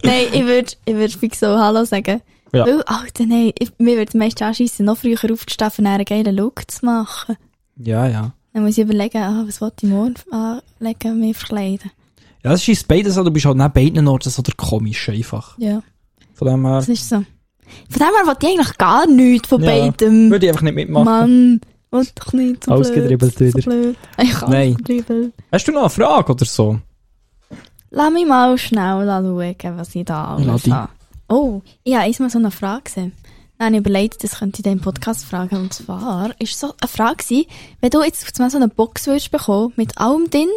S6: nein, ich würde ich würd fix so Hallo sagen.
S5: Ja.
S6: Weil, Oh, Alter, nein, ich, mir würde es meist anschiessen, noch früher aufzustehen, um einen geilen Look zu machen.
S5: ja, ja.
S6: Dann muss ich überlegen, ah, was will ich morgen anlegen, mich verkleiden.
S5: Ja, das ist beides, aber du bist halt nicht beiden Orten so der komisch einfach.
S6: Ja,
S5: Von dem her
S6: das ist so. Von dem her wollte ich eigentlich gar nichts von
S5: Ja.
S6: beidem.
S5: würde ich einfach nicht mitmachen.
S6: Mann, was doch nicht so
S5: Ausgedribbelt
S6: blöd, so
S5: wieder.
S6: blöd. Ich habe
S5: Nein.
S6: ausgedribbelt.
S5: Hast du noch eine Frage oder so?
S6: Lass mich mal schnell schauen, was ich da
S5: Lass
S6: alles
S5: dich.
S6: habe. Oh, ich habe einmal so eine Frage gesehen. Dann habe ich überlegt, das könnte ich dir im Podcast fragen. Und zwar ist so eine Frage gewesen, wenn du jetzt auf einmal so eine Box würdest bekommen, mit allem drin,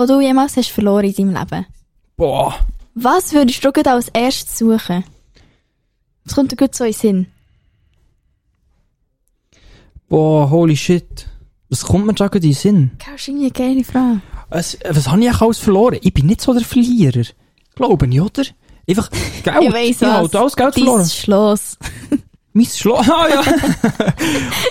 S6: die du jemals hast verloren in deinem Leben?
S5: Boah.
S6: Was würdest du gerade als erstes suchen? Was kommt dir gut so in den Sinn?
S5: Boah, holy shit. Was kommt mir da gerade in den Sinn?
S6: Das ist irgendwie eine geile Frage.
S5: Was, was habe ich eigentlich alles verloren? Ich bin nicht so der Verlierer. Glaube ich, oder? Einfach Geld.
S6: ich weiss was.
S5: Oh, habe alles Geld verloren.
S6: Dein Schloss.
S5: Mein Schloss. Ah ja.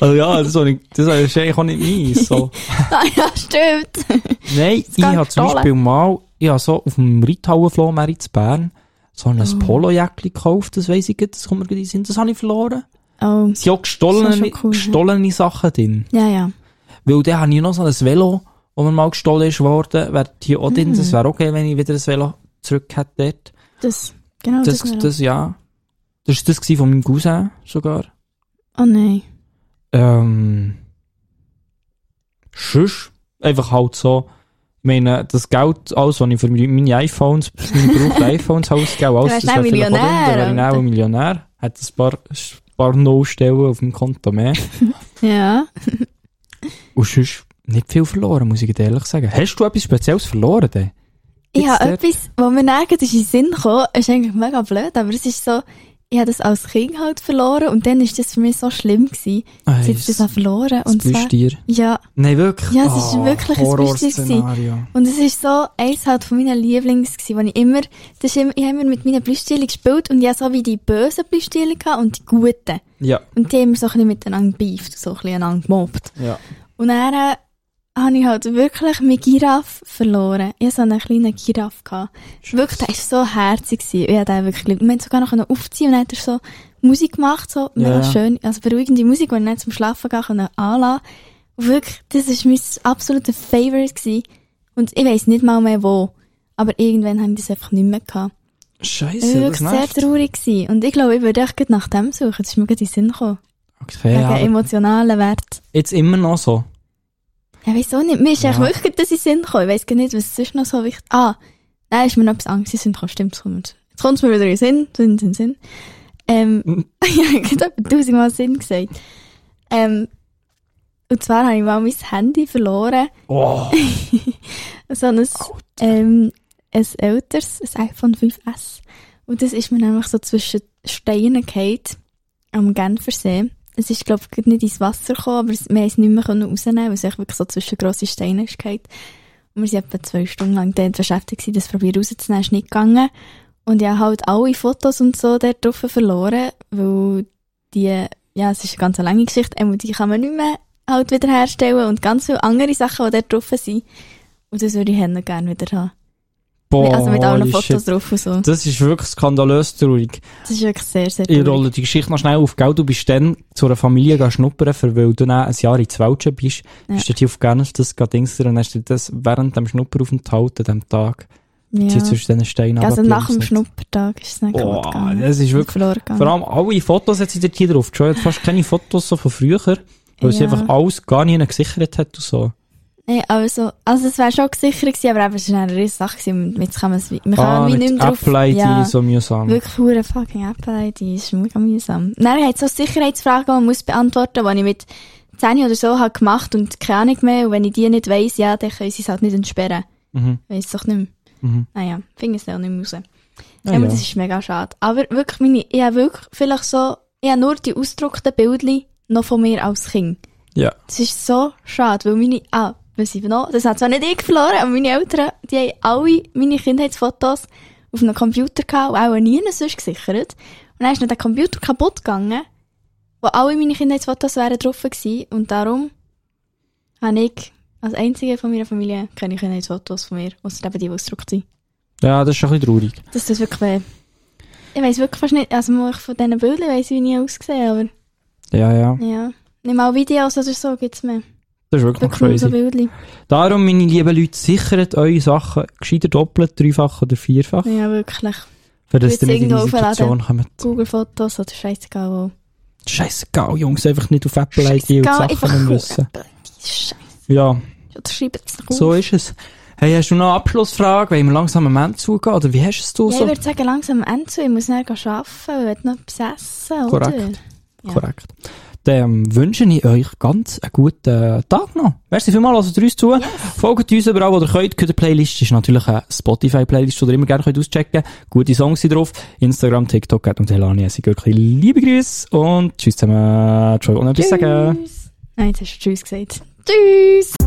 S5: also ja, das habe ich, das habe ich eigentlich auch nicht meins. So.
S6: ah ja, stimmt.
S5: Nein, ich
S6: kann
S5: habe zum
S6: gestohlen.
S5: Beispiel mal, ich habe so auf dem Rittauenflohmarkt in Bern so ein Polojäckli gekauft, das weiss ich nicht, das kommt mir gerade in den Sinn, das habe ich verloren.
S6: Oh,
S5: Es sind auch
S6: Das
S5: gestohlene,
S6: ist schon cool, ne?
S5: gestohlene Sachen drin.
S6: ja, ja.
S5: Weil dann habe ich noch so ein Velo, das mir mal gestohlen ist worden, wäre hier auch drin, das wäre okay, wenn ich wieder ein Velo zurück hätte dort.
S6: Das, genau das.
S5: Das,
S6: wäre-
S5: das, ja. Das war das gewesen von meinem Cousin sogar.
S6: oh nein.
S5: Ähm. Schuss. Einfach halt so. Ich meine, das Geld, alles, was ich für meine- meine iPhones, für meine gebrauchten iPhones halt ausgegeben alles,
S6: wärst
S5: das wäre
S6: dann
S5: vielleicht auch drin, dann wäre ich
S6: Millionär,
S5: dann auch ein Millionär. Hätte ein paar, ein paar Nullstellen auf dem Konto mehr.
S6: Ja.
S5: Und sonst nicht viel verloren, muss ich dir ehrlich sagen. Hast du etwas Spezielles verloren denn?
S6: Ich habe
S5: dort-
S6: etwas, was mir nirgends in den Sinn kam, ist eigentlich mega blöd, aber es ist so, ich habe das als Kind halt verloren und dann ist das für mich so schlimm gewesen.
S5: Ah,
S6: Jetzt habe ich das auch verloren und zwar,
S5: Büstier.
S6: ja,
S5: Nein, wirklich. Ah,
S6: Ja, es ist wirklich ein
S5: Horrorszenario.
S6: und es ist so eins halt von meinen Lieblings gewesen, wo ich immer, das ist immer, ich habe immer mit meinen Blüstielen gespielt und ich habe so wie die bösen Blüstielen gehabt und die guten.
S5: Ja,
S6: Und die haben immer so ein bisschen miteinander beeft, so ein bisschen einander gemobbt.
S5: ja.
S6: Und dann äh, habe ich halt wirklich meine Giraffe verloren. Ich hatte so einen kleinen Giraffe. Gehabt. Wirklich, der war so herzig. gewesen. Ich habe den wirklich geliebt. Wir haben sogar noch können aufziehen und dann hat er so Musik gemacht, so mega
S5: ja.
S6: schön. Also beruhigende Musik, die ich dann zum Schlafen gehen konnte anlassen. Und wirklich, das war mein absoluter Favorite. Gewesen. Und ich weiss nicht mal mehr wo. Aber irgendwann habe ich das einfach nicht mehr gehabt. Ich
S5: Scheiße,
S6: war
S5: das
S6: wirklich sehr
S5: nervt.
S6: traurig. Gewesen. Und ich glaube, ich würde echt gerade nach dem suchen. Das ist mir gerade in den Sinn gekommen.
S5: Okay,
S6: Wegen
S5: aber
S6: emotionalen Wert.
S5: jetzt immer noch so.
S6: Ja, wieso nicht? Mir ist
S5: Ja.
S6: ja. wirklich gerade das in den Sinn gekommen. Ich weiss gar nicht, was sonst noch so wichtig Ah, nein, ist mir noch etwas Angst in den Sinn gekommen. Stimmt, das kommt. Jetzt kommt es mir wieder in den Sinn. Sinn, Sinn, Sinn. Ähm,
S5: Mhm.
S6: ich habe gerade etwa tausendmal Sinn gesagt. Ähm, und zwar habe ich mal mein Handy verloren.
S5: Oh,
S6: So ein, ähm, ein älteres, ein iPhone 5S. Und das ist mir nämlich so zwischen Steinen gefallen, am Genfersee. Es ist, glaube ich, nicht ins Wasser gekommen, aber es- wir haben es nicht mehr können rausnehmen, weil es echt wirklich so zwischen grosse Steine ist gefallen. Und wir waren etwa zwei Stunden lang dort beschäftigt, gewesen, das probieren rauszunehmen, ist nicht gegangen. Und ich habe halt alle Fotos und so dort drauf verloren, weil die, ja, es ist eine ganz lange Geschichte, ähm, und die kann man nicht mehr halt wiederherstellen und ganz viele andere Sachen, die dort drauf sind. Und das würde ich Hände gerne wieder haben.
S5: boah.
S6: also mit allen
S5: Oh, holy
S6: Fotos
S5: shit.
S6: drauf und so.
S5: Das ist wirklich skandalös traurig.
S6: Das ist wirklich sehr, sehr
S5: Ich
S6: traurig.
S5: rolle die Geschichte noch schnell auf, gell? Du bist dann zu einer Familie gegangen schnuppern, für weil du dann ein Jahr in Zwelge bist.
S6: Ja.
S5: Bist du hier auf Gernes, das geht Dings und dann hast du das während dem Schnupperaufenthalt an diesem Tag. Ja.
S6: Ja.
S5: zwischen diesen Steinen
S6: Also nach dem
S5: runtergeblinzelt.
S6: Schnuppertag ist es dann
S5: Boah,
S6: kaputt gegangen.
S5: das ist wirklich-
S6: verloren gegangen.
S5: Vor allem alle Fotos hat sie dort hier drauf. Joy hat fast keine Fotos so von früher, weil sie
S6: Ja.
S5: einfach alles gar nicht gesichert hat und so.
S6: Nee, also, also es wäre schon sicher gewesen, aber eben, es war eine riesige Sache gewesen. und Jetzt kann man es, wie- man kann
S5: ah,
S6: wie
S5: mit
S6: nicht mehr drauf.
S5: Apple-ID,
S6: ja,
S5: so mühsam.
S6: Wirklich hure fucking Apple-ID, ist mega mühsam. Dann hat es so Sicherheitsfragen, die man muss beantworten, die ich mit 10 oder so habe gemacht und keine Ahnung mehr. Und wenn ich die nicht weiss, ja, dann können sie es halt nicht entsperren.
S5: Mhm.
S6: Weiss doch nicht mehr.
S5: Mhm.
S6: Naja, finde es auch nicht mehr raus.
S5: Ah,
S6: ja.
S5: ja.
S6: aber das ist mega schade. Aber wirklich, meine, ich habe wirklich vielleicht so, ich habe nur die ausgedruckten Bildchen noch von mir als Kind.
S5: Ja.
S6: Das ist so schade, weil meine, ah, wir sind noch, das hat zwar nicht ich verloren, aber meine Eltern, die haben alle meine Kindheitsfotos auf einem Computer gehabt und auch nie sonst gesichert. Und dann ist noch der Computer kaputt gegangen, wo alle meine Kindheitsfotos wären drauf gewesen und darum habe ich als einzige von meiner Familie keine Kindheitsfotos von mir, außer eben die, die ausgedruckt sind.
S5: ja, das ist schon ein bisschen traurig.
S6: Das tut wirklich weh. Ich weiss wirklich fast nicht, also mal von diesen Bildern weiss ich, wie ich aussehe, aber
S5: Ja, ja.
S6: ja. Nicht mal Videos oder so gibt's mehr.
S5: Das ist wirklich
S6: Wirklich nur so
S5: crazy.
S6: Bildchen.
S5: Darum, meine lieben Leute, sichert eure Sachen gescheiter doppelt, dreifach oder vierfach,
S6: Ja, wirklich.
S5: für dass
S6: Jetzt
S5: ihr nicht in die
S6: irgendwo
S5: Situation kommt.
S6: Google-Fotos oder scheißegal wo.
S5: Scheissegal, Jungs, einfach nicht auf Apple-ID und
S6: Scheissegal, einfach Äh,
S5: Sachen nicht wissen.
S6: Scheiße.
S5: Ja,
S6: Oder schreibt es nach
S5: so ist es. Hey, hast du noch eine Abschlussfrage? Wollen wir langsam am Ende zugehen? Oder wie hast du
S6: ja,
S5: es
S6: ich
S5: so?
S6: würde sagen, langsam am Ende zu. Ich muss nachher arbeiten, ich will noch etwas essen, oder?
S5: Korrekt.
S6: Ja.
S5: Korrekt. dann wünsche ich Ehm, euch ganz einen guten Tag noch. Merci vielmals, lasst uns zu. Folgt uns überall, wo ihr könnt. Die Playlist ist natürlich eine Spotify-Playlist, die ihr immer gerne könnt auschecken könnt. Gute Songs sind drauf. Instagram, TikTok, und Helani, es wirklich liebe Grüße und tschüss zusammen. Tschüss und etwas sagen.
S6: Nein, jetzt hast du Tschüss gesagt. Tschüss!